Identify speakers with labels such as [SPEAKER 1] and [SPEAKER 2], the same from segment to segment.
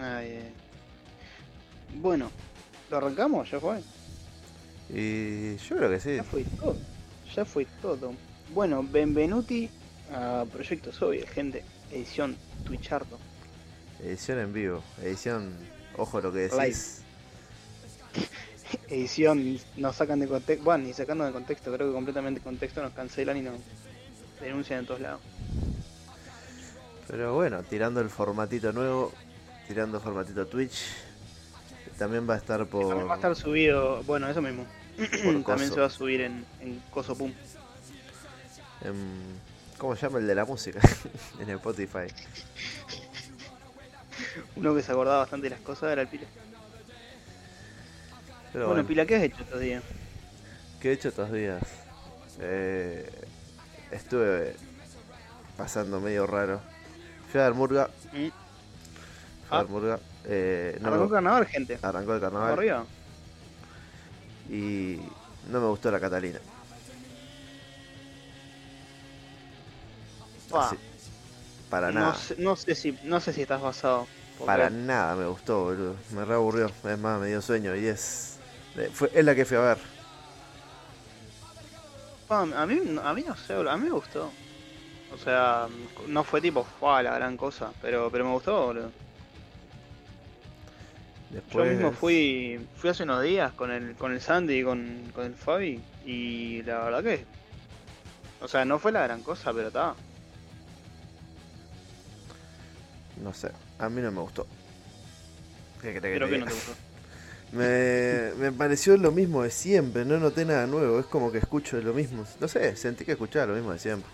[SPEAKER 1] Ay, bueno, ¿lo arrancamos? ¿Ya fue?
[SPEAKER 2] Y yo creo que sí.
[SPEAKER 1] Ya fue todo. Ya fue todo. Bueno, benvenuti a Proyecto Soy, gente. Edición Twitchardo.
[SPEAKER 2] Edición en vivo. Edición, ojo lo que decís.
[SPEAKER 1] Edición, nos sacan de contexto. Bueno, ni sacando de contexto, creo que completamente de contexto nos cancelan y nos denuncian en todos lados.
[SPEAKER 2] Pero bueno, tirando el formatito nuevo, tirando formatito Twitch. También va a estar por.
[SPEAKER 1] También va a estar subido, bueno, eso mismo. También
[SPEAKER 2] Oh. coso.
[SPEAKER 1] se va a subir en, en Coso Pum.
[SPEAKER 2] em, ¿Cómo se llama el de la música? en Spotify.
[SPEAKER 1] Uno que se acordaba bastante de las cosas era el Pila.
[SPEAKER 2] Pero
[SPEAKER 1] bueno,
[SPEAKER 2] bueno,
[SPEAKER 1] Pila, ¿qué has hecho estos días?
[SPEAKER 2] ¿qué he hecho estos días? Eh, estuve pasando medio raro. Fui a dar murga.
[SPEAKER 1] ¿Mm?
[SPEAKER 2] Fui a
[SPEAKER 1] Ah.
[SPEAKER 2] dar murga. eh, no
[SPEAKER 1] Arrancó el
[SPEAKER 2] me-
[SPEAKER 1] carnaval, gente.
[SPEAKER 2] arrancó
[SPEAKER 1] ¿Vamos
[SPEAKER 2] el carnaval. Ah,
[SPEAKER 1] arriba?
[SPEAKER 2] Y no me gustó la Catalina.
[SPEAKER 1] Pa,
[SPEAKER 2] Así- para
[SPEAKER 1] no,
[SPEAKER 2] nada.
[SPEAKER 1] sé, no sé si no sé si estás basado. porque
[SPEAKER 2] Para nada me gustó, boludo. Me re aburrió. Es más, me dio sueño y es. eh, Fue, es la que fui a ver.
[SPEAKER 1] Pa, a mí a mí no sé, boludo, a mí me gustó. O sea, no fue tipo, fa, la gran cosa, pero pero me gustó, boludo. Yo
[SPEAKER 2] Después,
[SPEAKER 1] mismo fui fui hace unos días con el con el Sandy y con, con el Fabi y la verdad que o sea, no fue la gran cosa, pero está.
[SPEAKER 2] No sé, a mí no me gustó. ¿Qué querés
[SPEAKER 1] Creo
[SPEAKER 2] te
[SPEAKER 1] que no
[SPEAKER 2] diga?
[SPEAKER 1] te gustó.
[SPEAKER 2] me, me pareció lo mismo de siempre, no noté nada nuevo. Es como que escucho lo mismo. No sé, sentí que escuchaba lo mismo de siempre.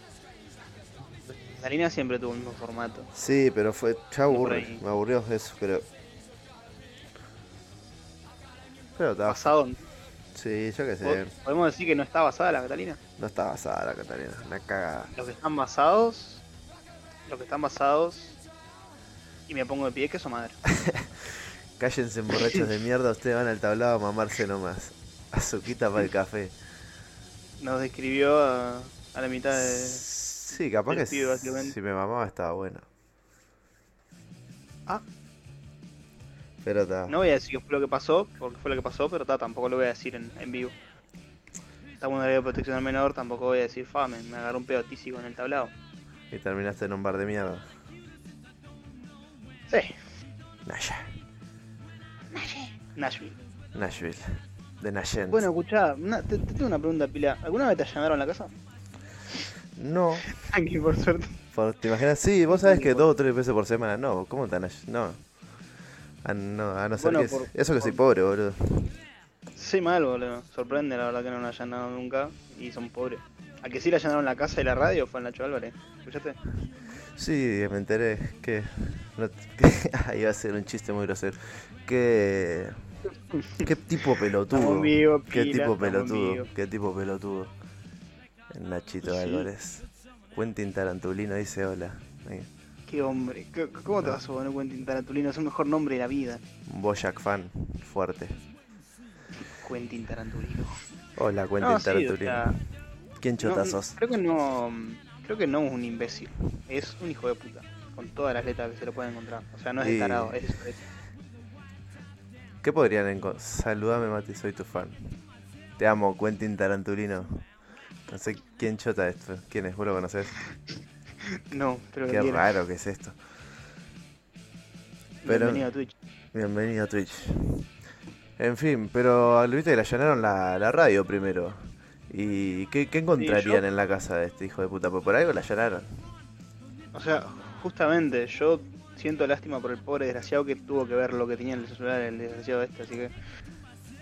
[SPEAKER 1] La línea siempre tuvo el mismo formato.
[SPEAKER 2] Sí, pero fue. Ya
[SPEAKER 1] Como por
[SPEAKER 2] aburre.
[SPEAKER 1] ahí.
[SPEAKER 2] Me aburrió eso, creo. Pero está.
[SPEAKER 1] Basado en-
[SPEAKER 2] Ah, Sí, yo qué sé.
[SPEAKER 1] ¿pod- podemos decir que no está basada la Catalina.
[SPEAKER 2] No está basada la Catalina. Una cagada.
[SPEAKER 1] Los que están basados, los que están basados y me pongo de pie que su madre.
[SPEAKER 2] Cállense borrachos de mierda, ustedes van al tablado a mamarse nomás. Azuquita para el café.
[SPEAKER 1] Nos describió a, a la mitad de.
[SPEAKER 2] Sí, capaz
[SPEAKER 1] del
[SPEAKER 2] que
[SPEAKER 1] eh, pibe, básicamente.
[SPEAKER 2] si me mamaba estaba bueno.
[SPEAKER 1] Ah.
[SPEAKER 2] Pero está.
[SPEAKER 1] No voy a decir qué fue lo que pasó, porque fue lo que pasó, pero ta, tampoco lo voy a decir en, en vivo. Estamos en área de protección al menor, tampoco voy a decir fa, me, me agarró un pedo tísico en el tablado.
[SPEAKER 2] Y terminaste en un bar de mierda.
[SPEAKER 1] Sí,
[SPEAKER 2] Naya.
[SPEAKER 1] Nashville.
[SPEAKER 2] Nashville. De Nashville.
[SPEAKER 1] Bueno, escuchá, una- te, te tengo una pregunta, Pila. ¿Alguna vez te llamaron a la casa?
[SPEAKER 2] No.
[SPEAKER 1] Tranqui, por suerte.
[SPEAKER 2] por- ¿Te imaginas? Sí, vos sabés que dos o tres veces por semana. No, ¿cómo está Nashville? No. Ah, no, a no ser
[SPEAKER 1] Bueno,
[SPEAKER 2] que.
[SPEAKER 1] por-
[SPEAKER 2] Eso que
[SPEAKER 1] por-
[SPEAKER 2] soy pobre, boludo.
[SPEAKER 1] Sí, mal, boludo. Sorprende, la verdad, que no la allanaron nunca y son pobres. A que sí le allanaron la casa y la radio fue en Nacho Álvarez. ¿Escuchaste?
[SPEAKER 2] Sí, me enteré que, no- que- iba a ser un chiste muy grosero. Que qué tipo pelotudo.
[SPEAKER 1] Estamos vivos,
[SPEAKER 2] qué
[SPEAKER 1] pila,
[SPEAKER 2] tipo
[SPEAKER 1] estamos
[SPEAKER 2] pelotudo.
[SPEAKER 1] vivos.
[SPEAKER 2] Qué tipo pelotudo. Nachito
[SPEAKER 1] Sí.
[SPEAKER 2] Álvarez. Quentin Tarantulino dice hola. Eh,
[SPEAKER 1] Qué hombre. ¿Qué- ¿Cómo te vas a poner Quentin Tarantulino? Es el mejor nombre de la vida.
[SPEAKER 2] Un Bojack fan fuerte.
[SPEAKER 1] Quentin Tarantulino.
[SPEAKER 2] Hola Quentin
[SPEAKER 1] No, sí,
[SPEAKER 2] Tarantulino.
[SPEAKER 1] o sea,
[SPEAKER 2] ¿Quién
[SPEAKER 1] no,
[SPEAKER 2] chota
[SPEAKER 1] no,
[SPEAKER 2] sos?
[SPEAKER 1] creo que no. Creo que no es un imbécil. Es un hijo de puta. Con todas las letras que se lo pueden encontrar. O sea, no es
[SPEAKER 2] Y-
[SPEAKER 1] de tarado, es, es-
[SPEAKER 2] ¿Qué podrían encontrar? Saludame Mati, soy tu fan. Te amo Quentin Tarantulino. No sé quién chota esto. ¿Quién es? ¿Vos lo conocés?
[SPEAKER 1] No, pero
[SPEAKER 2] Qué raro que es esto. pero-
[SPEAKER 1] Bienvenido a Twitch.
[SPEAKER 2] Bienvenido a Twitch. En fin, pero viste que le allanaron la, la radio primero. ¿Y qué, qué encontrarían
[SPEAKER 1] yo-
[SPEAKER 2] en la casa de este hijo de puta? Porque por algo la allanaron.
[SPEAKER 1] O sea, justamente, yo siento lástima por el pobre desgraciado que tuvo que ver lo que tenía en el celular el desgraciado este, así que.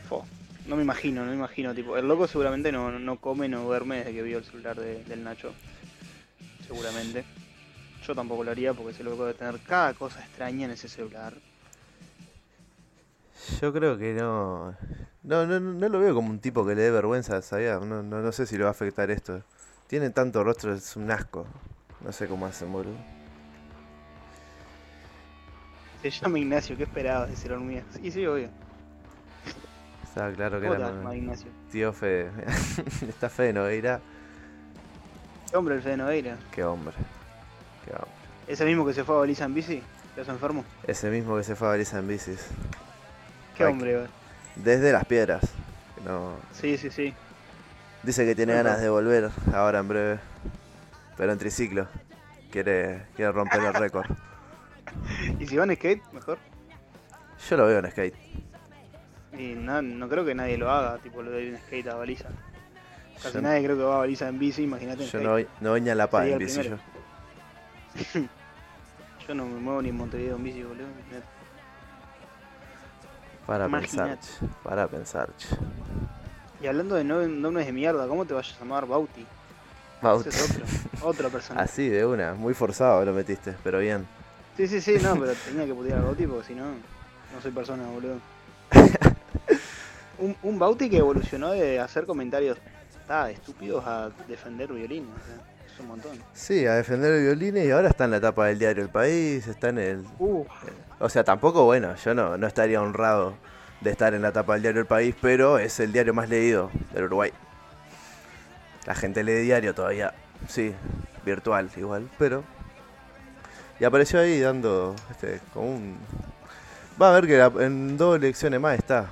[SPEAKER 1] fo, No me imagino, no me imagino, tipo, el loco seguramente no, no come, no duerme desde que vio el celular de- del Nacho. Seguramente. Yo tampoco lo haría porque ese loco debe tener cada cosa extraña en ese celular.
[SPEAKER 2] Yo creo que no. No, no, no lo veo como un tipo que le dé vergüenza, ¿sabía? No, no, no sé si le va a afectar esto. Tiene tanto rostro, es un asco. No sé cómo hacen, boludo.
[SPEAKER 1] Se llama Ignacio, ¿qué esperabas de ser hormiga? Y sí, obvio.
[SPEAKER 2] Estaba claro que
[SPEAKER 1] ¿Cómo te
[SPEAKER 2] era
[SPEAKER 1] vas a llamar Ignacio?
[SPEAKER 2] tío Fede. Está Fede Nogueira.
[SPEAKER 1] Qué hombre el Fede Nogueira.
[SPEAKER 2] Qué hombre. Qué hombre.
[SPEAKER 1] ¿Es el mismo que se fue a Baliza en bici? ¿Los enfermo?
[SPEAKER 2] Ese mismo que se fue a Bariza en bicis.
[SPEAKER 1] Qué
[SPEAKER 2] Ay,
[SPEAKER 1] hombre, güey.
[SPEAKER 2] Desde las piedras. No.
[SPEAKER 1] Sí, sí, sí.
[SPEAKER 2] Dice que tiene
[SPEAKER 1] Ajá.
[SPEAKER 2] ganas de volver ahora en breve. Pero en triciclo. Quiere, quiere romper el récord.
[SPEAKER 1] ¿Y si van a skate, mejor?
[SPEAKER 2] Yo lo veo en skate.
[SPEAKER 1] Y na- no creo que nadie lo haga, tipo lo de ir en skate a baliza. Casi
[SPEAKER 2] Yo,
[SPEAKER 1] nadie creo que va a baliza en bici, imagínate. en
[SPEAKER 2] yo
[SPEAKER 1] skate.
[SPEAKER 2] no, voy- no voy ni a La Paz
[SPEAKER 1] Sería
[SPEAKER 2] en
[SPEAKER 1] el
[SPEAKER 2] bici yo.
[SPEAKER 1] primero. Yo no me muevo ni en Montevideo en bici, boludo. Neta.
[SPEAKER 2] Para
[SPEAKER 1] Imagínate.
[SPEAKER 2] pensar, che, para pensar. che.
[SPEAKER 1] Y hablando de no- nombres de mierda, ¿cómo te vas a llamar Bauti?
[SPEAKER 2] Maut.
[SPEAKER 1] Ese es otro, otra persona.
[SPEAKER 2] Así de una, muy forzado lo metiste, pero bien.
[SPEAKER 1] Sí, sí, sí, no, pero tenía que putear a Bauti porque si no, no soy persona, boludo. Un, un Bauti que evolucionó de hacer comentarios ta, estúpidos a defender violín. o sea, es un montón.
[SPEAKER 2] Sí, a defender el violín y ahora está en la tapa del diario El País, está en el...
[SPEAKER 1] Uh,
[SPEAKER 2] O sea, tampoco, bueno, yo no, no estaría honrado de estar en la tapa del diario El País, pero es el diario más leído del Uruguay. La gente lee diario todavía, sí, virtual igual, pero... Y apareció ahí dando, este, como un... Va a ver que la- en dos elecciones más está.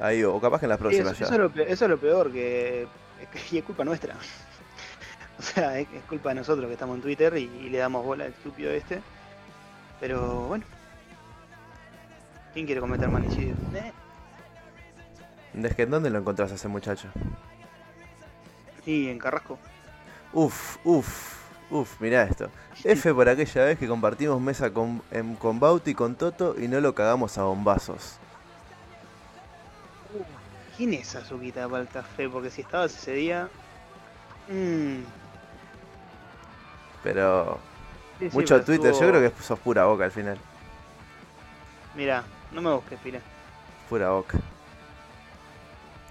[SPEAKER 2] Ahí, o capaz que en las
[SPEAKER 1] eso,
[SPEAKER 2] próximas ya.
[SPEAKER 1] eso es lo, pe- eso es lo peor, que, que- y es culpa nuestra. O sea, es, es culpa de nosotros que estamos en Twitter y, y le damos bola al estúpido este. Pero bueno. ¿Quién quiere cometer manicidio? Eh,
[SPEAKER 2] Es que, ¿Dónde lo encontrás a ese muchacho?
[SPEAKER 1] y en Carrasco.
[SPEAKER 2] Uf, uf, uf, mirá esto. F por aquella vez que compartimos mesa con, em, con Bauti, con Toto y no lo cagamos a bombazos.
[SPEAKER 1] Uh, ¿Quién es Azuquita para el café? Porque si estabas ese día. mm,
[SPEAKER 2] Pero
[SPEAKER 1] sí, sí,
[SPEAKER 2] mucho
[SPEAKER 1] pero
[SPEAKER 2] Twitter,
[SPEAKER 1] estuvo-
[SPEAKER 2] yo creo que sos pura boca al final.
[SPEAKER 1] Mirá, no me busques pila.
[SPEAKER 2] Pura boca.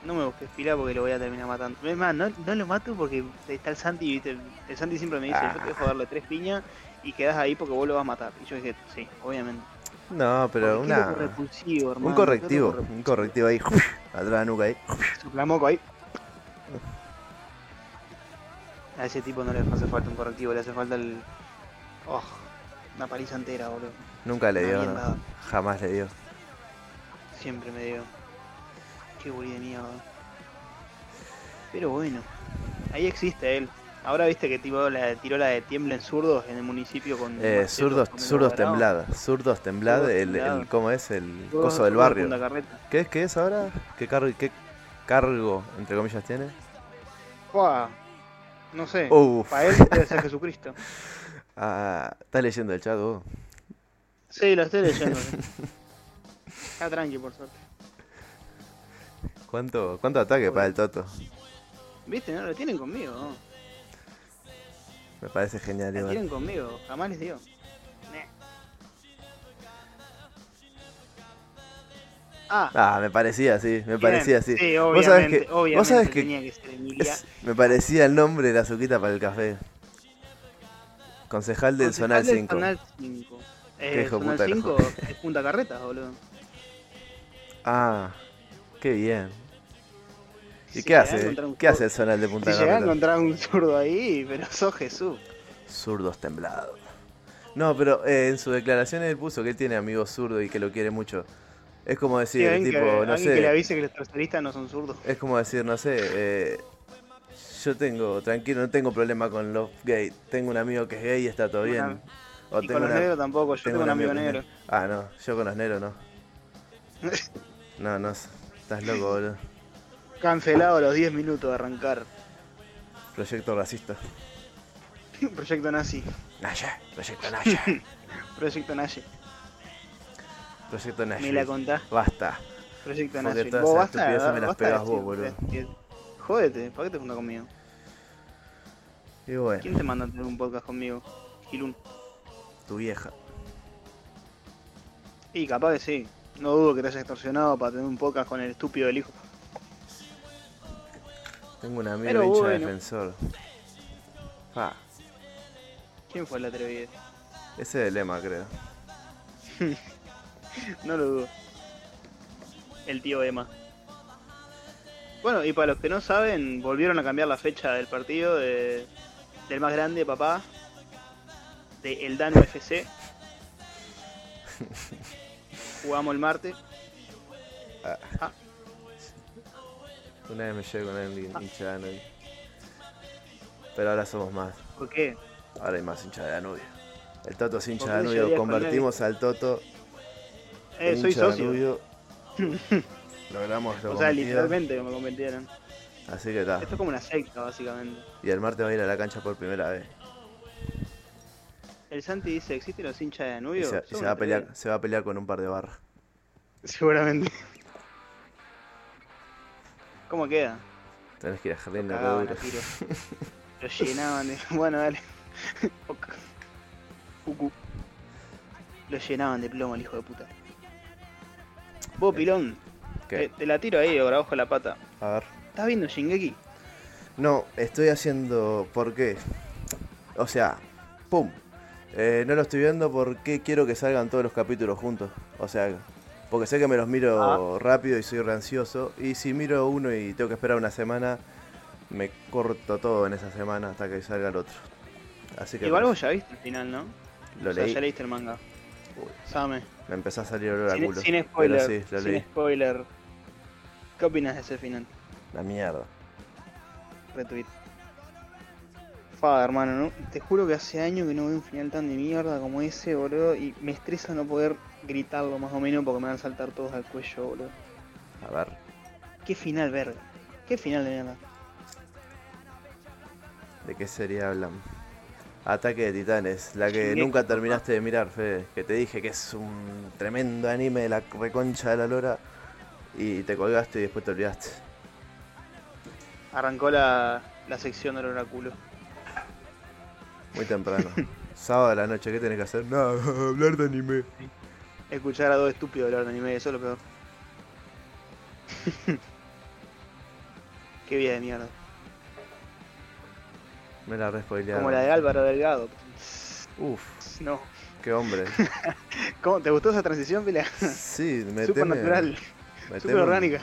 [SPEAKER 1] No me busques pila porque lo voy a terminar matando. Es más, no, no lo mato porque está el Santi. ¿viste? El Santi siempre me dice: Yo te dejo darle tres piñas y quedás ahí porque vos lo vas a matar. Y yo dije: Sí, obviamente.
[SPEAKER 2] No, pero
[SPEAKER 1] Porque qué
[SPEAKER 2] una...
[SPEAKER 1] loco repulsivo, hermano,
[SPEAKER 2] Un
[SPEAKER 1] qué
[SPEAKER 2] correctivo,
[SPEAKER 1] loco
[SPEAKER 2] un correctivo ahí, atrás de la nuca ahí.
[SPEAKER 1] repulsivo. Soplamoco ahí. A ese tipo no le hace falta un correctivo, le hace falta el. Oh, una paliza entera, boludo.
[SPEAKER 2] Nunca le
[SPEAKER 1] Una
[SPEAKER 2] dio,
[SPEAKER 1] bien
[SPEAKER 2] no.
[SPEAKER 1] dada.
[SPEAKER 2] jamás le dio.
[SPEAKER 1] Siempre me dio. Qué gurí de mierda. Pero bueno, ahí existe él. Ahora viste que tipo la, tiró la de tiemblen zurdos en el municipio con.
[SPEAKER 2] Eh,
[SPEAKER 1] Marcelo
[SPEAKER 2] zurdos,
[SPEAKER 1] comiendo
[SPEAKER 2] zurdos
[SPEAKER 1] cuadrado.
[SPEAKER 2] temblad, zurdos temblad,
[SPEAKER 1] Zurdos
[SPEAKER 2] el,
[SPEAKER 1] temblad.
[SPEAKER 2] el, ¿cómo es? El
[SPEAKER 1] Zurdos-
[SPEAKER 2] coso del
[SPEAKER 1] zurdos
[SPEAKER 2] barrio.
[SPEAKER 1] punta carreta.
[SPEAKER 2] ¿Qué es, qué es ahora? ¿Qué, car- ¿Qué cargo, entre comillas, tiene?
[SPEAKER 1] Fua, No sé.
[SPEAKER 2] Uf,
[SPEAKER 1] Para él debe ser Jesucristo.
[SPEAKER 2] ah, está leyendo el chat uh. vos.
[SPEAKER 1] Sí, lo estoy leyendo. sí. Está tranqui, por suerte.
[SPEAKER 2] ¿Cuánto, cuánto ataque para el Toto?
[SPEAKER 1] Viste, no lo tienen conmigo. ¿no?
[SPEAKER 2] Me parece genial
[SPEAKER 1] Lo
[SPEAKER 2] igual.
[SPEAKER 1] tienen conmigo. Jamás les dio. Nah. Ah,
[SPEAKER 2] Ah, me parecía así, me parecía así.
[SPEAKER 1] Sí,
[SPEAKER 2] Vos sabés
[SPEAKER 1] obviamente,
[SPEAKER 2] que-
[SPEAKER 1] obviamente
[SPEAKER 2] vos sabés que
[SPEAKER 1] tenía que ser Emilia.
[SPEAKER 2] es- me parecía el nombre de la azuquita para el café. Concejal del Zonal
[SPEAKER 1] Concejal del
[SPEAKER 2] 5.
[SPEAKER 1] Zonal 5. Eh,
[SPEAKER 2] Qué hijo
[SPEAKER 1] Zonal
[SPEAKER 2] de puta que
[SPEAKER 1] 5 es Punta Carretas, boludo.
[SPEAKER 2] Ah, qué bien. ¿Y
[SPEAKER 1] Si
[SPEAKER 2] qué
[SPEAKER 1] llegás a
[SPEAKER 2] hace?
[SPEAKER 1] encontrar un
[SPEAKER 2] ¿Qué
[SPEAKER 1] zurdo-
[SPEAKER 2] hace el Zonal de Punta
[SPEAKER 1] Si llegás a
[SPEAKER 2] Carretas?
[SPEAKER 1] encontrar un zurdo ahí, pero sos Jesús.
[SPEAKER 2] Zurdos temblados. No, pero eh, en su declaración él puso que él tiene amigos zurdos y que lo quiere mucho. Es como decir,
[SPEAKER 1] alguien
[SPEAKER 2] tipo,
[SPEAKER 1] que,
[SPEAKER 2] no
[SPEAKER 1] alguien
[SPEAKER 2] sé.
[SPEAKER 1] que le avise que los terceristas no son zurdos.
[SPEAKER 2] Es como decir, no sé, eh, yo tengo, tranquilo, no tengo problema con los gays. Tengo un amigo que es gay y está todo
[SPEAKER 1] Tengo
[SPEAKER 2] bien. O
[SPEAKER 1] y
[SPEAKER 2] tengo
[SPEAKER 1] con los
[SPEAKER 2] una-
[SPEAKER 1] negros tampoco, yo tengo, un amigo
[SPEAKER 2] que es
[SPEAKER 1] negro.
[SPEAKER 2] Ah, no, yo con los negros no. No, no, s- estás loco, boludo.
[SPEAKER 1] Cancelado a los 10 minutos de arrancar.
[SPEAKER 2] Proyecto racista.
[SPEAKER 1] Proyecto nazi.
[SPEAKER 2] Naya, proyecto Naya,
[SPEAKER 1] Proyecto nazi.
[SPEAKER 2] proyecto
[SPEAKER 1] Me la
[SPEAKER 2] Naya.
[SPEAKER 1] contás.
[SPEAKER 2] Basta.
[SPEAKER 1] Proyecto
[SPEAKER 2] Porque
[SPEAKER 1] nazi.
[SPEAKER 2] todas
[SPEAKER 1] Vos
[SPEAKER 2] esas
[SPEAKER 1] basta,
[SPEAKER 2] estupideces me las
[SPEAKER 1] basta
[SPEAKER 2] pegás
[SPEAKER 1] de
[SPEAKER 2] vos,
[SPEAKER 1] decir- de- Jódete, ¿para qué te juntas conmigo?
[SPEAKER 2] Y bueno,
[SPEAKER 1] ¿Quién te manda a tener un podcast conmigo? Gilun.
[SPEAKER 2] tu vieja.
[SPEAKER 1] Y capaz que sí. No dudo que te hayas extorsionado para tener un podcast con el estúpido del hijo.
[SPEAKER 2] Tengo un amigo
[SPEAKER 1] Pero
[SPEAKER 2] hincha
[SPEAKER 1] bueno.
[SPEAKER 2] defensor. Ah,
[SPEAKER 1] ¿Quién fue el atrevido?
[SPEAKER 2] ese es el lema, creo.
[SPEAKER 1] No lo dudo. El tío Emma. Bueno, y para los que no saben, volvieron a cambiar la fecha del partido de- del más grande, papá, de El Dano FC. Jugamos el martes.
[SPEAKER 2] Ah.
[SPEAKER 1] Ah.
[SPEAKER 2] Una vez me llevé con alguien
[SPEAKER 1] Ah.
[SPEAKER 2] hincha de Danubio. Pero ahora somos más.
[SPEAKER 1] ¿Por qué?
[SPEAKER 2] Ahora hay más hincha de Danubio. El Toto es hincha de
[SPEAKER 1] ¿Por qué llegarías
[SPEAKER 2] Danubio.
[SPEAKER 1] con
[SPEAKER 2] Convertimos al Toto
[SPEAKER 1] Eh,
[SPEAKER 2] en
[SPEAKER 1] soy
[SPEAKER 2] hincha de
[SPEAKER 1] socio.
[SPEAKER 2] Danubio. Logramos lo
[SPEAKER 1] O sea,
[SPEAKER 2] cometido.
[SPEAKER 1] literalmente que me convirtieron.
[SPEAKER 2] Así que está.
[SPEAKER 1] Esto es como una secta, básicamente.
[SPEAKER 2] Y el martes va a ir a la cancha por primera vez.
[SPEAKER 1] El Santi dice, ¿existen los hinchas de
[SPEAKER 2] Y
[SPEAKER 1] Danubio?
[SPEAKER 2] se, y
[SPEAKER 1] Son
[SPEAKER 2] se va a
[SPEAKER 1] una
[SPEAKER 2] pelear, se va a pelear con un par de barras.
[SPEAKER 1] tremenda. Seguramente. ¿Cómo queda?
[SPEAKER 2] Tenés que ir a Jardín de
[SPEAKER 1] Cagaban a
[SPEAKER 2] Arroyo.
[SPEAKER 1] tiro. Lo llenaban de... Bueno, dale. Ok. Cucu. Lo llenaban de plomo el hijo de puta. Vos, Pilón, te,
[SPEAKER 2] ¿Qué?
[SPEAKER 1] te la tiro ahí, ahora abajo la pata.
[SPEAKER 2] A ver.
[SPEAKER 1] ¿Estás viendo Shingeki?
[SPEAKER 2] No, estoy haciendo. ¿Por qué? O sea, ¡pum! Eh, no lo estoy viendo porque quiero que salgan todos los capítulos juntos. O sea, porque sé que me los miro rápido y soy ansioso. Y si miro uno y tengo que esperar una semana, me corto todo en esa semana hasta que salga el otro. Así que
[SPEAKER 1] Igual
[SPEAKER 2] por
[SPEAKER 1] vos ya viste el final, ¿no?
[SPEAKER 2] eso, lo
[SPEAKER 1] o sea,
[SPEAKER 2] leí.
[SPEAKER 1] ya leíste el manga.
[SPEAKER 2] Uy,
[SPEAKER 1] Same.
[SPEAKER 2] me empezó a salir el
[SPEAKER 1] Sin-
[SPEAKER 2] oráculo.
[SPEAKER 1] Sin, spoiler.
[SPEAKER 2] Pero sí, lo
[SPEAKER 1] sin
[SPEAKER 2] leí.
[SPEAKER 1] spoiler. ¿Qué opinas de ese final?
[SPEAKER 2] La mierda.
[SPEAKER 1] Retweet. Fada, hermano, ¿no? Te juro que hace años que no veo un final tan de mierda como ese, boludo. Y me estresa no poder gritarlo más o menos porque me van a saltar todos al cuello, boludo.
[SPEAKER 2] A ver.
[SPEAKER 1] Qué final, verga. Qué final de mierda.
[SPEAKER 2] ¿De qué serie hablan? Ataque de Titanes, la que
[SPEAKER 1] Shingeki,
[SPEAKER 2] nunca
[SPEAKER 1] papá.
[SPEAKER 2] terminaste de mirar, Fede. Que te dije que es un tremendo anime de la reconcha de la lora. Y te colgaste y después te olvidaste.
[SPEAKER 1] Arrancó la, la sección del oráculo.
[SPEAKER 2] Muy temprano. Sábado de la noche, ¿qué tenés que hacer? Nada, hablar de anime.
[SPEAKER 1] Escuchar a dos estúpidos hablar de anime, eso es lo peor. Qué vida de mierda.
[SPEAKER 2] Me la respoilearon.
[SPEAKER 1] Como la de Álvaro Delgado.
[SPEAKER 2] Uf,
[SPEAKER 1] No.
[SPEAKER 2] qué hombre.
[SPEAKER 1] ¿Cómo? ¿Te gustó esa transición, Pila?
[SPEAKER 2] Sí, me
[SPEAKER 1] Súper natural, súper orgánica.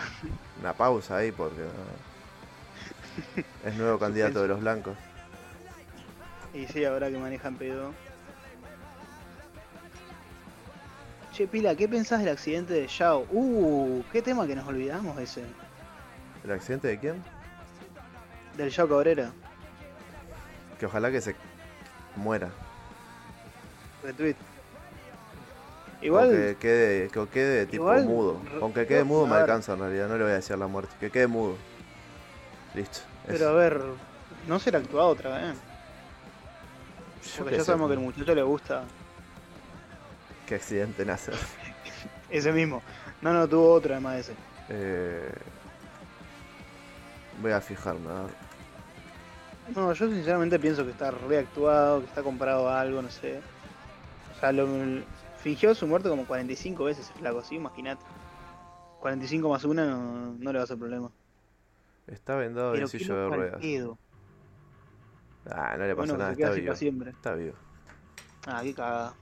[SPEAKER 2] Una pausa ahí porque. no. Es nuevo candidato de los blancos.
[SPEAKER 1] Y sí, ahora que manejan pedo. Che, Pila, ¿qué pensás del accidente de Yao? Uh, qué tema que nos olvidamos ese.
[SPEAKER 2] ¿El accidente de quién?
[SPEAKER 1] Del Yao Cabrera.
[SPEAKER 2] Que ojalá que se muera.
[SPEAKER 1] Retweet. Igual,
[SPEAKER 2] O que quede, que quede tipo
[SPEAKER 1] igual-
[SPEAKER 2] mudo. Aunque quede
[SPEAKER 1] no,
[SPEAKER 2] mudo me
[SPEAKER 1] a ver.
[SPEAKER 2] alcanza en realidad, no le voy a decir la muerte. Que quede mudo. Listo.
[SPEAKER 1] pero a
[SPEAKER 2] eso.
[SPEAKER 1] ver, no será actuado otra vez. ¿eh?
[SPEAKER 2] Yo
[SPEAKER 1] Porque
[SPEAKER 2] qué
[SPEAKER 1] ya
[SPEAKER 2] sé,
[SPEAKER 1] sabemos que el muchacho le gusta
[SPEAKER 2] Qué accidente nace.
[SPEAKER 1] ese mismo. No, no, tuvo otro además de ese.
[SPEAKER 2] Eh, voy a fijarme. a ver.
[SPEAKER 1] No, yo sinceramente pienso que está reactuado, que está comprado a algo, no sé. O sea, lo, fingió su muerte como 45 veces el flaco, ¿sí? Imagínate. 45 más una no, no le va a hacer problema.
[SPEAKER 2] Está vendado en
[SPEAKER 1] Pero
[SPEAKER 2] el
[SPEAKER 1] qué
[SPEAKER 2] sillo de
[SPEAKER 1] loco al
[SPEAKER 2] ruedas.
[SPEAKER 1] pedo.
[SPEAKER 2] Ah, no le
[SPEAKER 1] Bueno,
[SPEAKER 2] pasa
[SPEAKER 1] que
[SPEAKER 2] nada,
[SPEAKER 1] se queda
[SPEAKER 2] está
[SPEAKER 1] así
[SPEAKER 2] vivo.
[SPEAKER 1] para siempre.
[SPEAKER 2] Está vivo.
[SPEAKER 1] Ah, qué cagada.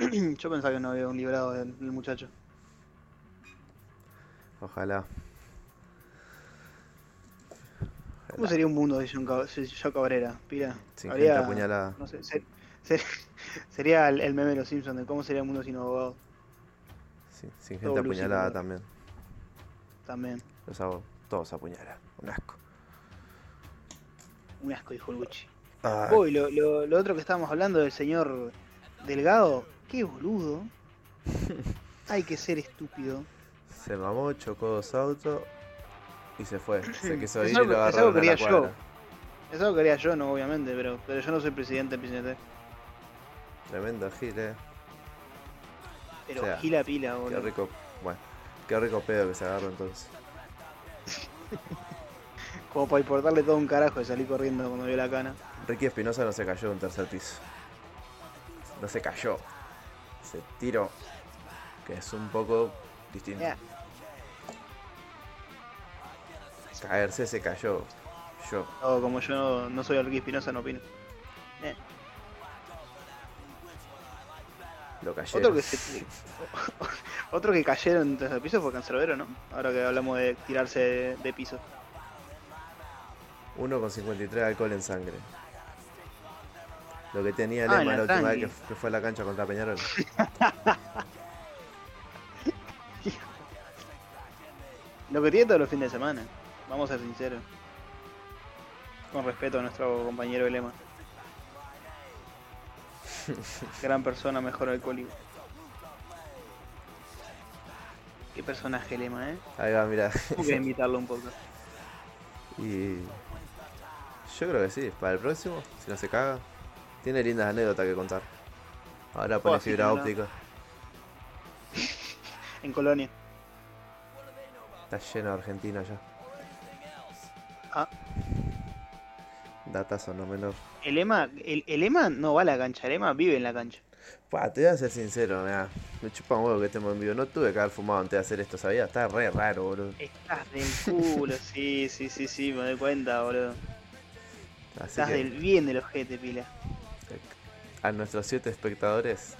[SPEAKER 1] yo pensaba que no había un librado del, del muchacho.
[SPEAKER 2] Ojalá.
[SPEAKER 1] ¿Cómo sería un mundo de John Cab- si- Joe Cabrera? Pira.
[SPEAKER 2] Sin
[SPEAKER 1] Habría-
[SPEAKER 2] gente apuñalada.
[SPEAKER 1] No sé, ser- ser- sería el, el meme de los Simpsons de cómo sería el mundo sin abogado
[SPEAKER 2] Sin, sin
[SPEAKER 1] todo
[SPEAKER 2] gente
[SPEAKER 1] lúcido,
[SPEAKER 2] apuñalada
[SPEAKER 1] ¿no?
[SPEAKER 2] también.
[SPEAKER 1] también.
[SPEAKER 2] Los hago. Todos apuñalan. Un asco.
[SPEAKER 1] Un asco, dijo Luchi.
[SPEAKER 2] Ah,
[SPEAKER 1] Uy, lo, lo- lo otro que estábamos hablando del señor Delgado, qué boludo. Hay que ser estúpido.
[SPEAKER 2] Se mamó, chocó dos autos y se fue. Se quiso
[SPEAKER 1] Es
[SPEAKER 2] ir y
[SPEAKER 1] algo-
[SPEAKER 2] lo
[SPEAKER 1] es algo que
[SPEAKER 2] agarraron a la
[SPEAKER 1] haría yo.
[SPEAKER 2] cuadra.
[SPEAKER 1] Es algo que haría yo, no, obviamente, pero, pero yo no soy presidente del PCNT.
[SPEAKER 2] Tremendo gil, eh.
[SPEAKER 1] Pero
[SPEAKER 2] O sea,
[SPEAKER 1] gila pila,
[SPEAKER 2] Qué
[SPEAKER 1] boludo.
[SPEAKER 2] rico. Bueno, qué rico pedo que se agarró entonces.
[SPEAKER 1] Como para importarle todo un carajo y salir corriendo cuando vio la cana.
[SPEAKER 2] Ricky Espinosa no se cayó de un tercer piso. No se cayó. Se tiró. Que es un poco distinto.
[SPEAKER 1] Ya.
[SPEAKER 2] Caerse se cayó. Yo.
[SPEAKER 1] No, como yo no, no soy Alquí Espinosa, no opino.
[SPEAKER 2] Lo cayé.
[SPEAKER 1] Otro que se. Otro que cayeron desde el piso fue Cancerbero, ¿no? Ahora que hablamos de tirarse de, de piso.
[SPEAKER 2] 1,53 alcohol en sangre. Lo que tenía
[SPEAKER 1] Ah,
[SPEAKER 2] Lema
[SPEAKER 1] en
[SPEAKER 2] la
[SPEAKER 1] el
[SPEAKER 2] última vez
[SPEAKER 1] tanque.
[SPEAKER 2] que, f- que fue a la cancha contra Peñarol.
[SPEAKER 1] Lo que tiene todos los fines de semana. Vamos a ser sinceros. Con respeto a nuestro compañero Elema. Gran persona, mejor alcohólico. Qué personaje Elema, ¿eh?
[SPEAKER 2] Ahí va, mira.
[SPEAKER 1] Tengo que imitarlo un poco.
[SPEAKER 2] Y yo creo que sí, para el próximo, si no se caga. Tiene lindas anécdotas que contar. Ahora pone
[SPEAKER 1] Oh, sí,
[SPEAKER 2] fibra
[SPEAKER 1] tendrá.
[SPEAKER 2] óptica,
[SPEAKER 1] En Colonia.
[SPEAKER 2] está lleno de Argentina ya.
[SPEAKER 1] Ah.
[SPEAKER 2] Datazo no menor.
[SPEAKER 1] El Ema, el, el Ema no va a la cancha, el Ema vive en la cancha.
[SPEAKER 2] Pa, te voy a ser sincero, mirá, me chupa un huevo que estemos en vivo. No tuve que haber fumado antes de hacer esto, ¿sabías? Está re raro, boludo.
[SPEAKER 1] Estás del culo, sí, sí, sí, sí, me doy cuenta, boludo.
[SPEAKER 2] Así
[SPEAKER 1] Estás
[SPEAKER 2] que,
[SPEAKER 1] del bien del ojete, pila.
[SPEAKER 2] a nuestros siete espectadores,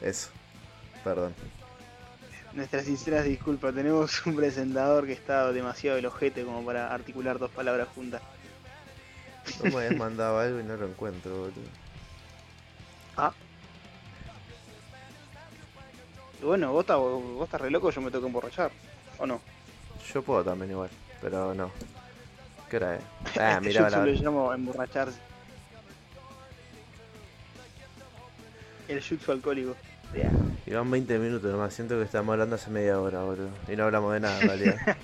[SPEAKER 2] eso. Perdón.
[SPEAKER 1] Nuestras sinceras disculpas, tenemos un presentador que está demasiado el ojete como para articular dos palabras juntas.
[SPEAKER 2] No me habías mandado algo y no lo encuentro, boludo.
[SPEAKER 1] Y bueno, vos estás, vos estás re loco, yo me tengo que emborrachar. ¿O no?
[SPEAKER 2] Yo puedo también igual, pero no. ¿Qué hora es? Ah,
[SPEAKER 1] Este, yo
[SPEAKER 2] miraba la
[SPEAKER 1] solo
[SPEAKER 2] hora.
[SPEAKER 1] llamo emborracharse. El jutsu alcohólico.
[SPEAKER 2] Y van 20 minutos nomás, siento que estamos hablando hace media hora, boludo. Y no hablamos de nada, en realidad.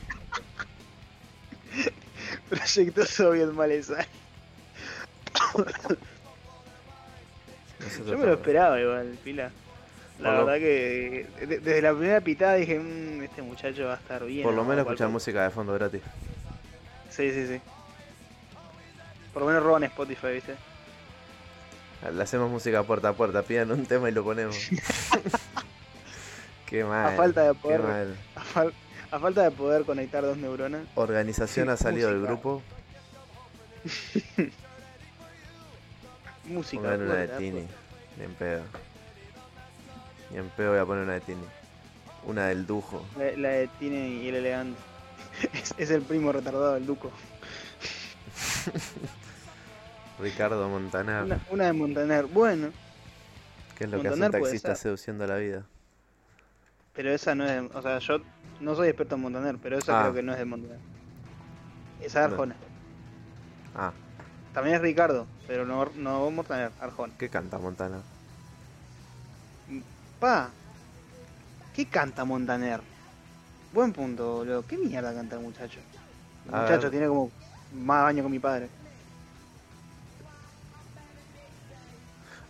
[SPEAKER 1] Proyectoso bien mal esa.
[SPEAKER 2] Nosotros
[SPEAKER 1] Yo me lo
[SPEAKER 2] estamos-
[SPEAKER 1] esperaba igual, pila. La
[SPEAKER 2] Por lo-
[SPEAKER 1] verdad que de- desde la primera pitada dije, "Mm, este muchacho va a estar bien.
[SPEAKER 2] Por lo
[SPEAKER 1] ¿no?
[SPEAKER 2] menos
[SPEAKER 1] Cual-
[SPEAKER 2] escuchar música de fondo gratis.
[SPEAKER 1] Sí, sí, sí. Por lo menos roban Spotify, ¿viste?
[SPEAKER 2] Le hacemos música puerta a puerta, pidan un tema y lo ponemos. qué mal.
[SPEAKER 1] a falta de
[SPEAKER 2] Qué
[SPEAKER 1] poder
[SPEAKER 2] mal.
[SPEAKER 1] A, fal- a falta de poder conectar dos neuronas.
[SPEAKER 2] Organización ha salido del
[SPEAKER 1] música.
[SPEAKER 2] grupo.
[SPEAKER 1] Música.
[SPEAKER 2] Pongan una de
[SPEAKER 1] puerta,
[SPEAKER 2] Tini. Ni en pedo. Ni en pedo voy a poner una de Tini. Una del Dujo.
[SPEAKER 1] La, la de Tini y el elegante. Es, es el primo retardado del Duco.
[SPEAKER 2] Ricardo Montaner.
[SPEAKER 1] Una, una de Montaner. Bueno,
[SPEAKER 2] ¿Qué es lo que hace un
[SPEAKER 1] Montaner puede
[SPEAKER 2] taxista
[SPEAKER 1] ser.
[SPEAKER 2] seduciendo la vida?
[SPEAKER 1] pero esa no es de, O sea, yo no soy experto en Montaner, pero esa
[SPEAKER 2] Ah.
[SPEAKER 1] creo que no es de Montaner. Esa es
[SPEAKER 2] No.
[SPEAKER 1] Arjona.
[SPEAKER 2] Ah,
[SPEAKER 1] También es Ricardo, pero no, no Montaner, Arjona.
[SPEAKER 2] ¿qué canta Montana?
[SPEAKER 1] Pa, ¿qué canta Montaner? Buen punto, boludo. ¿Qué mierda canta el muchacho? El
[SPEAKER 2] A
[SPEAKER 1] muchacho
[SPEAKER 2] ver.
[SPEAKER 1] tiene como más años que mi padre.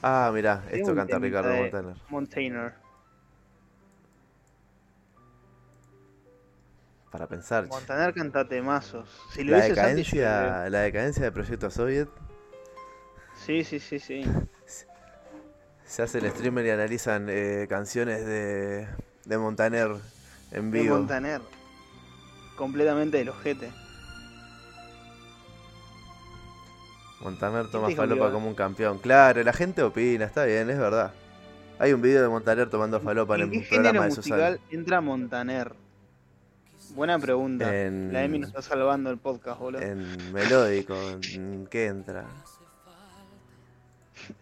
[SPEAKER 2] Ah, mirá,
[SPEAKER 1] Tengo
[SPEAKER 2] esto
[SPEAKER 1] un
[SPEAKER 2] canta
[SPEAKER 1] temita
[SPEAKER 2] Ricardo
[SPEAKER 1] de
[SPEAKER 2] Montaner.
[SPEAKER 1] Montaner.
[SPEAKER 2] Para pensar. che.
[SPEAKER 1] Montaner canta temazos. Si lo
[SPEAKER 2] La
[SPEAKER 1] dices antes, yo lo
[SPEAKER 2] decadencia, la decadencia de Proyecto Soviet.
[SPEAKER 1] veo. Sí, sí, sí, sí.
[SPEAKER 2] Se hace el streamer y analizan eh, canciones de, de Montaner en
[SPEAKER 1] De
[SPEAKER 2] vivo.
[SPEAKER 1] Montaner. Completamente del ojete.
[SPEAKER 2] Montaner
[SPEAKER 1] ¿Quién
[SPEAKER 2] toma
[SPEAKER 1] te dijo que
[SPEAKER 2] falopa
[SPEAKER 1] va?
[SPEAKER 2] como un campeón. Claro, la gente opina, está bien, es verdad. Hay un video de Montaner tomando falopa en
[SPEAKER 1] ¿En qué
[SPEAKER 2] el
[SPEAKER 1] género
[SPEAKER 2] programa de Susana.
[SPEAKER 1] musical entra Montaner? Buena pregunta.
[SPEAKER 2] En-
[SPEAKER 1] La Emi nos está salvando el podcast, boludo.
[SPEAKER 2] En melódico, ¿en qué entra?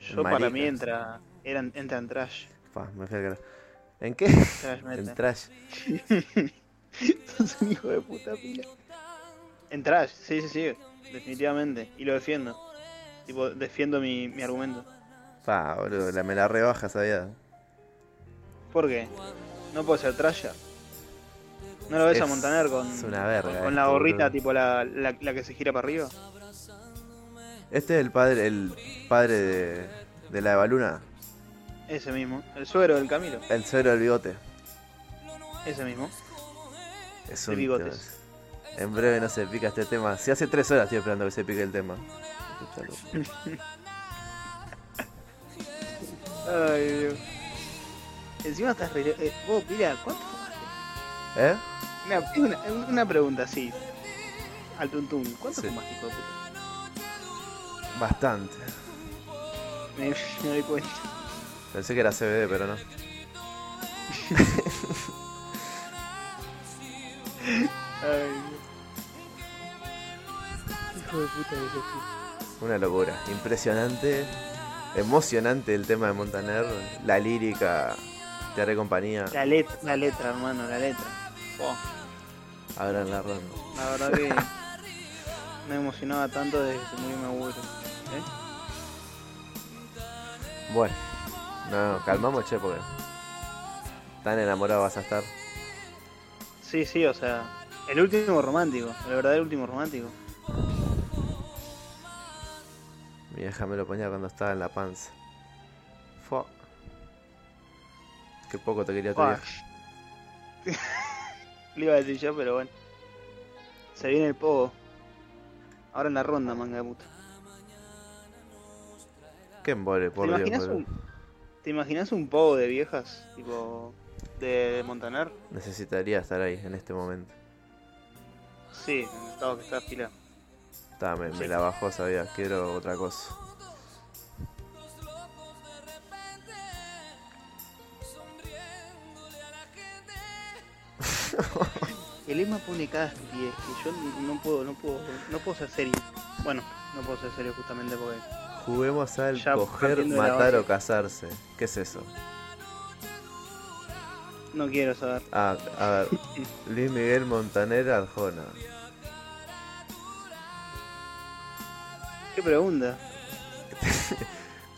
[SPEAKER 1] Yo para mí
[SPEAKER 2] maricas.
[SPEAKER 1] entra, eran, entra en trash.
[SPEAKER 2] Pa, me fui al carajo. ¿En qué?
[SPEAKER 1] Trash
[SPEAKER 2] En
[SPEAKER 1] metal.
[SPEAKER 2] trash.
[SPEAKER 1] Sos un hijo de puta pila. En trash, sí, sí, sí. Definitivamente. Y lo defiendo. Tipo, defiendo mi, mi argumento.
[SPEAKER 2] Pa, boludo, la, me la rebaja, sabía.
[SPEAKER 1] ¿Por qué? No puedo ser trasher. ¿No lo ves a
[SPEAKER 2] Es
[SPEAKER 1] Montaner con,
[SPEAKER 2] una verga
[SPEAKER 1] con, con la
[SPEAKER 2] esto,
[SPEAKER 1] gorrita
[SPEAKER 2] boludo.
[SPEAKER 1] tipo la, la, la que se gira para arriba?
[SPEAKER 2] Este es el padre, el padre de, de la Evaluna.
[SPEAKER 1] Ese mismo. El suero del Camilo.
[SPEAKER 2] El suero del bigote.
[SPEAKER 1] Ese mismo.
[SPEAKER 2] Es
[SPEAKER 1] De
[SPEAKER 2] un
[SPEAKER 1] bigotes.
[SPEAKER 2] tema. En breve no se pica este tema. Si hace tres horas estoy esperando que se pique el tema. Escuchalo.
[SPEAKER 1] Ay, Dios. Encima estás re... eh, vos, mira, ¿cuánto fumaste?
[SPEAKER 2] ¿Eh?
[SPEAKER 1] Una, una, una pregunta así. Al tuntún. ¿Cuánto
[SPEAKER 2] Sí.
[SPEAKER 1] fumaste, hijo de puta?
[SPEAKER 2] Bastante.
[SPEAKER 1] Me, me doy cuenta.
[SPEAKER 2] Pensé que era CBD, pero no.
[SPEAKER 1] Ay, Dios. Hijo de puta que sos tú.
[SPEAKER 2] Una locura. Impresionante Emocionante el tema de Montaner, la lírica, te haré compañía,
[SPEAKER 1] La letra, la letra, hermano, la letra. Oh,
[SPEAKER 2] abran la ronda.
[SPEAKER 1] la verdad que me emocionaba tanto desde que se murió mi abuelo. ¿eh?
[SPEAKER 2] Bueno, no, calmamos, che, porque tan enamorado vas a estar.
[SPEAKER 1] Sí, sí, o sea, el último romántico, la verdad el último romántico.
[SPEAKER 2] Mi vieja me lo ponía cuando estaba en la panza. Fua. Qué poco te quería tu
[SPEAKER 1] Buah.
[SPEAKER 2] vieja.
[SPEAKER 1] Lo iba a decir yo, pero bueno. Se viene el pogo. Ahora en la ronda, manga de puta.
[SPEAKER 2] Qué embole, por
[SPEAKER 1] ¿Te
[SPEAKER 2] Dios.
[SPEAKER 1] imaginas
[SPEAKER 2] boludo.
[SPEAKER 1] un, ¿Te imaginas un pogo de viejas? Tipo, de Montaner.
[SPEAKER 2] Necesitaría estar ahí en este momento.
[SPEAKER 1] Sí, en el estado que está pila.
[SPEAKER 2] Ta, me, me
[SPEAKER 1] Sí.
[SPEAKER 2] la bajó, sabía. Quiero otra cosa.
[SPEAKER 1] El Emma pone cada estupidez que yo no no puedo, no puedo, no puedo ser serio. Bueno, no puedo ser serio justamente porque.
[SPEAKER 2] Juguemos al
[SPEAKER 1] Ya
[SPEAKER 2] coger,
[SPEAKER 1] partiendo de la
[SPEAKER 2] matar
[SPEAKER 1] base.
[SPEAKER 2] o casarse. ¿Qué es eso?
[SPEAKER 1] No quiero saber.
[SPEAKER 2] Ah, a ver. Luis Miguel Montaner Arjona.
[SPEAKER 1] ¿Qué pregunta?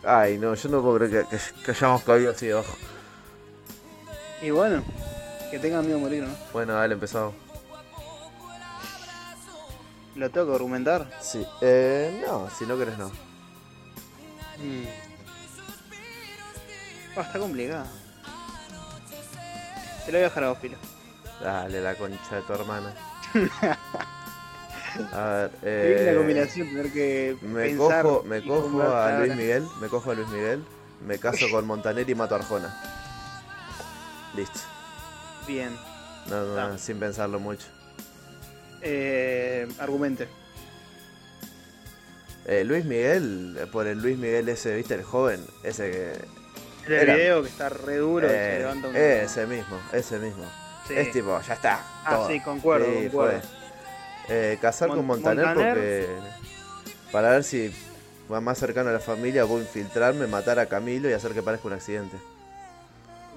[SPEAKER 2] Ay, no, yo no puedo creer que, que- que hayamos caído así abajo.
[SPEAKER 1] Y bueno, que tenga miedo a morir, ¿no?
[SPEAKER 2] Bueno, dale, empezamos.
[SPEAKER 1] ¿Lo tengo que argumentar?
[SPEAKER 2] Sí. Eh, no, si no querés, no.
[SPEAKER 1] Mm. Ah, está complicada. Te lo voy a dejar a vos, Pilo.
[SPEAKER 2] Dale, la concha de tu hermana. A ver,
[SPEAKER 1] Qué bien
[SPEAKER 2] eh.
[SPEAKER 1] la combinación tener que
[SPEAKER 2] Me
[SPEAKER 1] pensar
[SPEAKER 2] cojo, me
[SPEAKER 1] y
[SPEAKER 2] cojo
[SPEAKER 1] comprar
[SPEAKER 2] a
[SPEAKER 1] palabras.
[SPEAKER 2] Luis Miguel, me cojo a Luis Miguel, me caso con Montaner y mato a Arjona. Listo.
[SPEAKER 1] Bien.
[SPEAKER 2] No, no,
[SPEAKER 1] Está.
[SPEAKER 2] sin pensarlo mucho.
[SPEAKER 1] Eh, argumente.
[SPEAKER 2] Eh, Luis Miguel, eh, por el Luis Miguel ese, viste, el joven, ese
[SPEAKER 1] El
[SPEAKER 2] que. Era-
[SPEAKER 1] video que está re duro y
[SPEAKER 2] eh,
[SPEAKER 1] se levanta un...
[SPEAKER 2] ese mismo, ese mismo.
[SPEAKER 1] Sí.
[SPEAKER 2] Es tipo, ya está.
[SPEAKER 1] Ah,
[SPEAKER 2] todo.
[SPEAKER 1] sí, concuerdo,
[SPEAKER 2] Sí,
[SPEAKER 1] concuerdo.
[SPEAKER 2] fue. Eh, casar con
[SPEAKER 1] Mon-
[SPEAKER 2] Montaner,
[SPEAKER 1] Montaner.
[SPEAKER 2] porque. Para ver si va más cercano a la familia, puedo infiltrarme, matar a Camilo y hacer que parezca un accidente.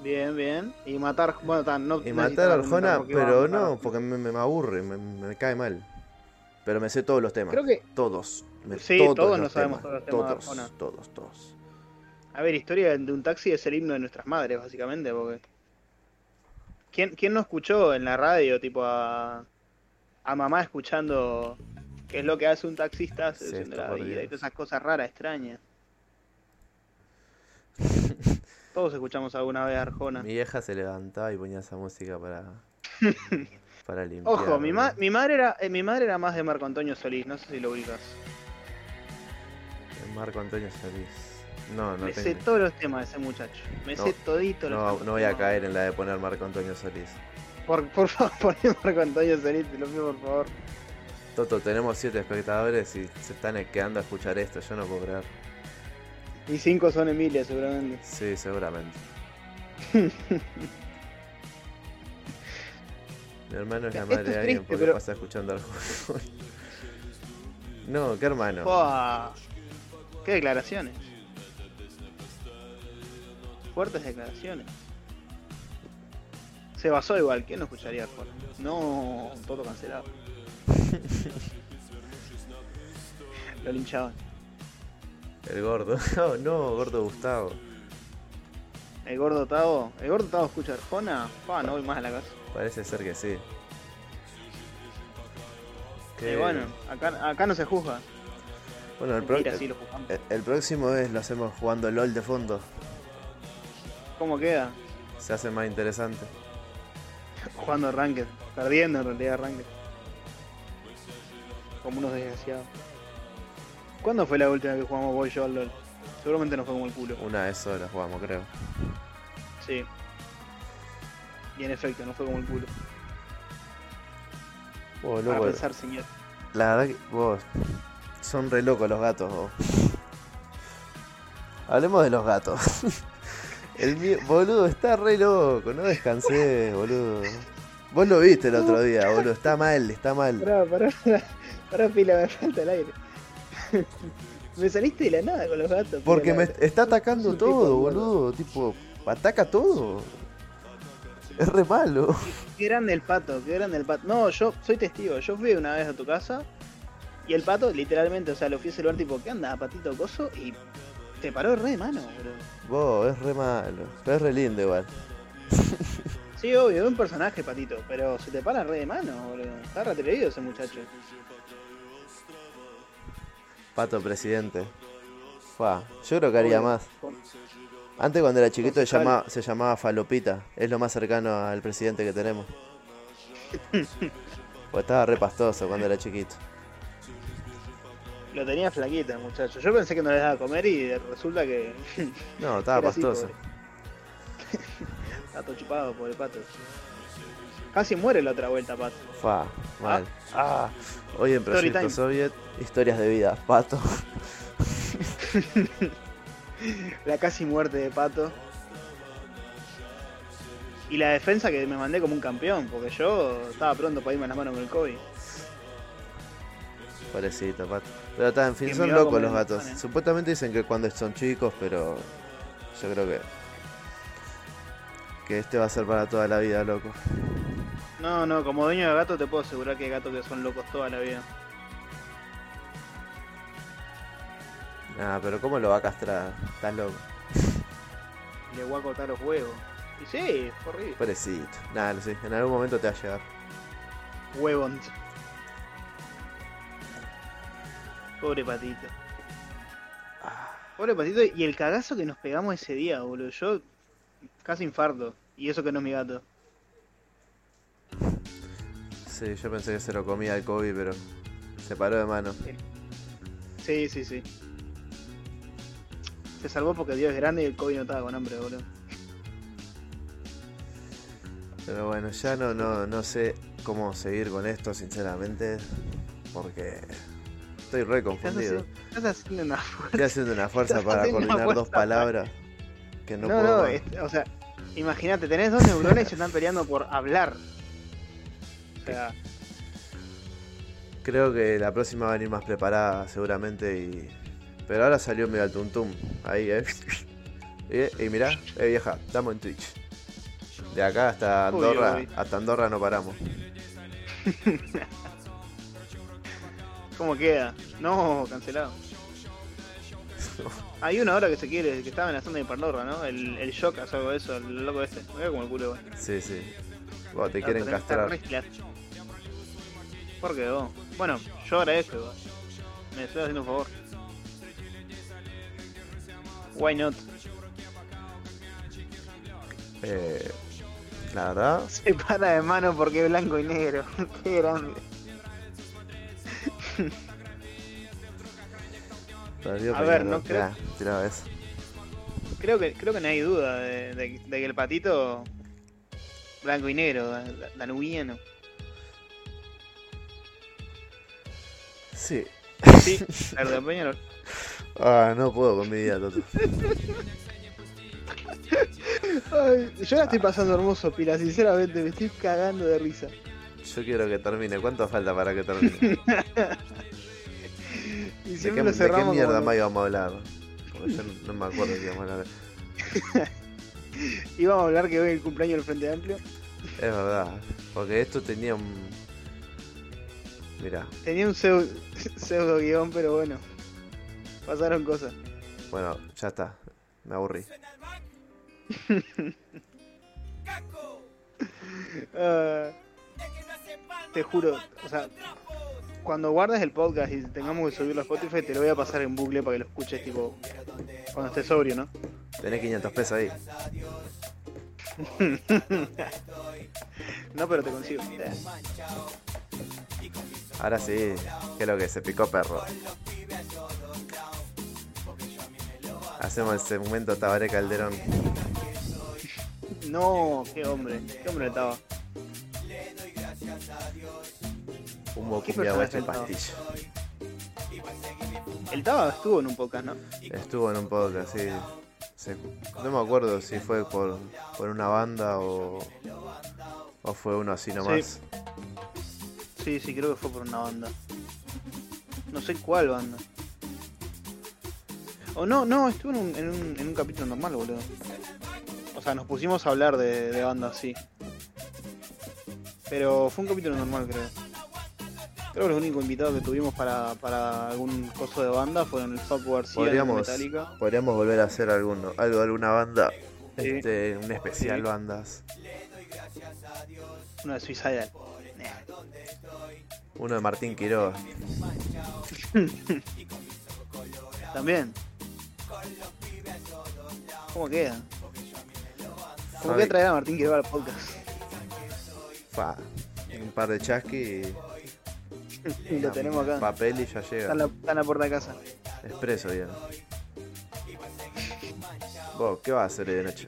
[SPEAKER 1] Bien, bien. Y matar... Bueno, tan, no
[SPEAKER 2] Y
[SPEAKER 1] necesitas
[SPEAKER 2] matar a Arjona,
[SPEAKER 1] argumentar porque iba a
[SPEAKER 2] pero
[SPEAKER 1] matar a-
[SPEAKER 2] no, porque me, me- me aburre, me, me cae mal. Pero me sé todos los temas.
[SPEAKER 1] Creo que...
[SPEAKER 2] Todos. Me-
[SPEAKER 1] Sí, todos nos sabemos todos los temas de
[SPEAKER 2] Todos,
[SPEAKER 1] Arjona.
[SPEAKER 2] todos, todos.
[SPEAKER 1] A ver, historia de un taxi es el himno de nuestras madres, básicamente, porque... ¿Quién, quién no escuchó en la radio, tipo, a, a mamá escuchando qué es lo que hace un taxista
[SPEAKER 2] Sí,
[SPEAKER 1] seduciendo
[SPEAKER 2] esto
[SPEAKER 1] la
[SPEAKER 2] por
[SPEAKER 1] vida
[SPEAKER 2] Dios.
[SPEAKER 1] y todas esas cosas raras, extrañas? Todos escuchamos alguna vez a Arjona.
[SPEAKER 2] Mi vieja se levantaba y ponía esa música para. para limpiar.
[SPEAKER 1] Ojo, mi, ma-
[SPEAKER 2] boludo.
[SPEAKER 1] mi madre era eh, mi madre era más de Marco Antonio Solís, no sé si lo ubicas.
[SPEAKER 2] Marco Antonio Solís. No, no
[SPEAKER 1] me sé
[SPEAKER 2] tengo.
[SPEAKER 1] todos los temas de ese muchacho. Me
[SPEAKER 2] No,
[SPEAKER 1] sé todito los
[SPEAKER 2] No,
[SPEAKER 1] temas.
[SPEAKER 2] no voy a caer en la de poner Marco Antonio Solís.
[SPEAKER 1] Por, por favor, poné Marco Antonio Solís, te lo pido por favor.
[SPEAKER 2] Toto, tenemos siete espectadores y se están quedando a escuchar esto, yo no puedo creer.
[SPEAKER 1] Y cinco son Emilia, seguramente.
[SPEAKER 2] Sí, seguramente. Mi hermano es la
[SPEAKER 1] Esto
[SPEAKER 2] madre
[SPEAKER 1] es
[SPEAKER 2] de alguien
[SPEAKER 1] triste,
[SPEAKER 2] porque
[SPEAKER 1] pero-
[SPEAKER 2] pasa escuchando al juego. No, ¿qué hermano?
[SPEAKER 1] Buah. ¡Qué declaraciones! Fuertes declaraciones. Se basó igual, ¿quién no escucharía Arjona? No, todo cancelado. Lo linchaban.
[SPEAKER 2] El gordo. No, no, gordo Gustavo.
[SPEAKER 1] El gordo Tavo, el gordo Tavo escucha Arjona, pa, no voy más a la casa.
[SPEAKER 2] Parece ser que sí.
[SPEAKER 1] Y Eh, bueno, acá, acá no se juzga.
[SPEAKER 2] Bueno, el, pro-
[SPEAKER 1] Mira, sí lo juzgamos.
[SPEAKER 2] el- el próximo es lo hacemos jugando LOL de fondo.
[SPEAKER 1] ¿Cómo queda?
[SPEAKER 2] Se hace más interesante.
[SPEAKER 1] Jugando Ranked, perdiendo en realidad Ranked. Como unos desgraciados. ¿Cuándo fue la última que jugamos vos y yo al LOL? Seguramente no fue como el culo.
[SPEAKER 2] Una vez sola jugamos, creo.
[SPEAKER 1] Sí. Y en efecto, no fue como el culo.
[SPEAKER 2] Oh,
[SPEAKER 1] Para
[SPEAKER 2] loco,
[SPEAKER 1] pensar, señor.
[SPEAKER 2] La verdad que vos son re locos los gatos. vos. Hablemos de los gatos. El mío, boludo, está re loco, no descansé, boludo. Vos lo viste el otro día, boludo, está mal, está mal.
[SPEAKER 1] pará, pará, pará, pila, me falta el aire. Me saliste de la nada con los gatos.
[SPEAKER 2] Porque
[SPEAKER 1] puta
[SPEAKER 2] me
[SPEAKER 1] madre.
[SPEAKER 2] está atacando
[SPEAKER 1] un tipo
[SPEAKER 2] todo,
[SPEAKER 1] de gordo.
[SPEAKER 2] boludo. Tipo, ataca todo. Es re malo.
[SPEAKER 1] Qué grande el pato, qué grande el pato. No, yo soy testigo. Yo fui una vez a tu casa y el pato, literalmente, o sea, lo fui a celular tipo, ¿qué anda, patito coso? Y te paró re de mano, bro.
[SPEAKER 2] Vos, es re malo. Pero es re lindo igual.
[SPEAKER 1] Sí, obvio, es un personaje, patito, pero se te para re de mano, boludo. Está re atrevido ese muchacho.
[SPEAKER 2] Pato presidente. Fua, yo creo que haría más. Antes cuando era chiquito se
[SPEAKER 1] Gonzalo.
[SPEAKER 2] llamaba, se llamaba Falopita. Es lo más cercano al presidente que tenemos. Pues estaba re pastoso cuando era chiquito.
[SPEAKER 1] Lo tenía flaquito el muchacho. Yo pensé que no le daba a comer y resulta que
[SPEAKER 2] No, estaba
[SPEAKER 1] Era así,
[SPEAKER 2] pastoso.
[SPEAKER 1] pobre. está todo chupado por el pato. Casi muere la otra vuelta, pato.
[SPEAKER 2] Fa, mal. Ah, hoy en
[SPEAKER 1] Story
[SPEAKER 2] Proyecto
[SPEAKER 1] time.
[SPEAKER 2] Soviet, historias de vida. Pato.
[SPEAKER 1] La casi muerte de pato. Y la defensa que me mandé como un campeón, porque yo estaba pronto para irme a la mano con el COVID.
[SPEAKER 2] Pobrecito, pato. Pero está, en fin,
[SPEAKER 1] Bien,
[SPEAKER 2] son
[SPEAKER 1] mirá cómo
[SPEAKER 2] locos los
[SPEAKER 1] me
[SPEAKER 2] gatos.
[SPEAKER 1] ponen.
[SPEAKER 2] Supuestamente dicen que cuando son chicos, pero yo creo que. Que este va a ser para toda la vida, loco.
[SPEAKER 1] No, no, como dueño de gato te puedo asegurar que hay gatos que son locos toda la vida.
[SPEAKER 2] Nah, pero ¿cómo lo va a castrar? Estás loco.
[SPEAKER 1] Le voy a cortar los huevos. Y sí, es horrible.
[SPEAKER 2] Pobrecito. Nada, sí, en algún momento te va a llegar.
[SPEAKER 1] Huevón. Pobre patito. Pobre patito, y el cagazo que nos pegamos ese día, boludo. Yo casi infarto. Y eso que no es mi gato.
[SPEAKER 2] Sí, yo pensé que se lo comía el Kobe, pero se paró de mano.
[SPEAKER 1] Sí, sí, sí. Se salvó porque Dios es grande y el COVID no estaba con hambre, boludo.
[SPEAKER 2] Pero bueno, ya no, no, no sé cómo seguir con esto, sinceramente, porque estoy re
[SPEAKER 1] Estás
[SPEAKER 2] confundido.
[SPEAKER 1] haciendo, estás haciendo una fuerza.
[SPEAKER 2] Estoy haciendo una fuerza
[SPEAKER 1] estás
[SPEAKER 2] para
[SPEAKER 1] haciendo una
[SPEAKER 2] coordinar dos
[SPEAKER 1] fuerza.
[SPEAKER 2] palabras que no,
[SPEAKER 1] No, no,
[SPEAKER 2] puedo. más.
[SPEAKER 1] es- o sea, imagínate, tenés dos neuronas y se están peleando por hablar. O sea,
[SPEAKER 2] Creo que la próxima va a venir más preparada, seguramente. Y... Pero ahora salió medio al tuntum. Ahí, eh. Y, y mirá, eh, vieja, estamos en Twitch. De acá hasta
[SPEAKER 1] Uy,
[SPEAKER 2] Andorra,
[SPEAKER 1] uy.
[SPEAKER 2] hasta Andorra no paramos.
[SPEAKER 1] ¿cómo queda? No, cancelado. Hay una hora que se quiere, que estaba en la zona de Pandora, ¿no? El, el shock o algo de eso, el loco este. Me veo como el culo, güey.
[SPEAKER 2] Sí, sí. Vos te
[SPEAKER 1] Ah,
[SPEAKER 2] quieren
[SPEAKER 1] tenés que estar
[SPEAKER 2] castrar.
[SPEAKER 1] re claro. ¿Por qué vos? Bueno, yo agradezco, vos. Me estoy haciendo un favor. Why not?
[SPEAKER 2] Eh, la verdad,
[SPEAKER 1] Se para de mano porque es blanco y negro. qué grande.
[SPEAKER 2] perdió
[SPEAKER 1] A ver,
[SPEAKER 2] Peñarol.
[SPEAKER 1] no creo-
[SPEAKER 2] Mirá, tiraba eso.
[SPEAKER 1] Creo que, creo que no hay duda de, de- de que el patito blanco y negro, da- da- danubiano.
[SPEAKER 2] Sí.
[SPEAKER 1] Sí, claro, de Peñarol.
[SPEAKER 2] Ah, no puedo con mi vida, Toto.
[SPEAKER 1] Ay, yo la estoy pasando hermoso, Pila, sinceramente, me estoy cagando de risa.
[SPEAKER 2] Yo quiero que termine. ¿Cuánto falta para que termine?
[SPEAKER 1] Y
[SPEAKER 2] ¿De qué,
[SPEAKER 1] siempre lo
[SPEAKER 2] de qué
[SPEAKER 1] cerramos.
[SPEAKER 2] mierda
[SPEAKER 1] como-
[SPEAKER 2] más íbamos a hablar? Porque yo no me acuerdo que íbamos a hablar.
[SPEAKER 1] Íbamos a hablar que hoy es el cumpleaños del Frente Amplio.
[SPEAKER 2] Es verdad, porque esto tenía un. Mirá,
[SPEAKER 1] Tenía un pseudo, pseudo guión, pero bueno. Pasaron cosas.
[SPEAKER 2] bueno, ya está, me aburrí.
[SPEAKER 1] Ah, te juro, o sea, cuando guardes el podcast y tengamos que subirlo a Spotify, te lo voy a pasar en bucle para que lo escuches, tipo, cuando estés sobrio, ¿no?
[SPEAKER 2] Tenés 500 pesos ahí.
[SPEAKER 1] No, pero te consigo.
[SPEAKER 2] Ahora sí, que lo que se picó perro. Hacemos el segmento Tabaré Calderón.
[SPEAKER 1] No, qué hombre, qué hombre estaba.
[SPEAKER 2] Humo,
[SPEAKER 1] ¿Qué
[SPEAKER 2] cumbia,
[SPEAKER 1] personaje
[SPEAKER 2] guacho y
[SPEAKER 1] el Tao?
[SPEAKER 2] pastillo.
[SPEAKER 1] El Taba estuvo en un podcast, ¿no?
[SPEAKER 2] Estuvo en un podcast, sí. Se- no me acuerdo si fue por, por una banda o, o fue uno así nomás.
[SPEAKER 1] Sí, sí, creo que fue por una banda. No sé cuál banda. O no, no, estuvo en un, en un, en un capítulo normal, boludo. O sea, nos pusimos a hablar de, de bandas, sí. Pero fue un capítulo normal, creo. Creo que los únicos invitados que tuvimos para, para algún coso de banda fueron el Fab García, el de
[SPEAKER 2] Podríamos,
[SPEAKER 1] Metallica.
[SPEAKER 2] podríamos volver a hacer alguno, algo, alguna banda.
[SPEAKER 1] Sí.
[SPEAKER 2] Este, un especial
[SPEAKER 1] Sí.
[SPEAKER 2] bandas.
[SPEAKER 1] Uno de Suicidal.
[SPEAKER 2] Uno de Martín Quiroga.
[SPEAKER 1] También. ¿Cómo queda? ¿Cómo
[SPEAKER 2] Ay.
[SPEAKER 1] queda traer a Martín que va al podcast?
[SPEAKER 2] Fa, Un par de chasqui y
[SPEAKER 1] Y lo tenemos acá.
[SPEAKER 2] papel y ya
[SPEAKER 1] Está en
[SPEAKER 2] llega.
[SPEAKER 1] la, está en la puerta de casa.
[SPEAKER 2] Expreso bien. Vos, ¿qué vas a hacer hoy de noche?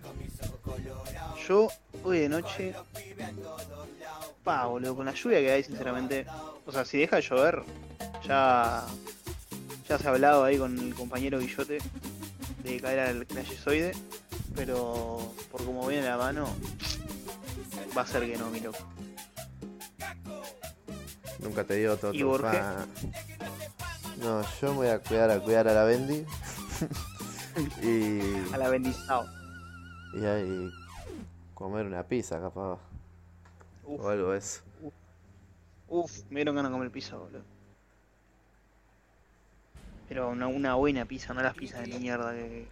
[SPEAKER 1] Yo hoy de noche. Pa, boludo, con la lluvia que hay, sinceramente. O sea, si deja de llover, ya. Ya se ha hablado ahí con el compañero Guillote de caer al Clashesoide. Pero por como viene la mano, va a ser que no, mi loco.
[SPEAKER 2] Nunca te dio todo.
[SPEAKER 1] ¿Y Borges?
[SPEAKER 2] No, yo me voy a cuidar a cuidar a la Bendy. y,
[SPEAKER 1] A la bendición.
[SPEAKER 2] y ahí comer una pizza capaz. O
[SPEAKER 1] Uf,
[SPEAKER 2] algo de eso.
[SPEAKER 1] uf, me dieron ganas de comer pizza, boludo. Pero una, una buena pizza, no las pizzas de mierda que.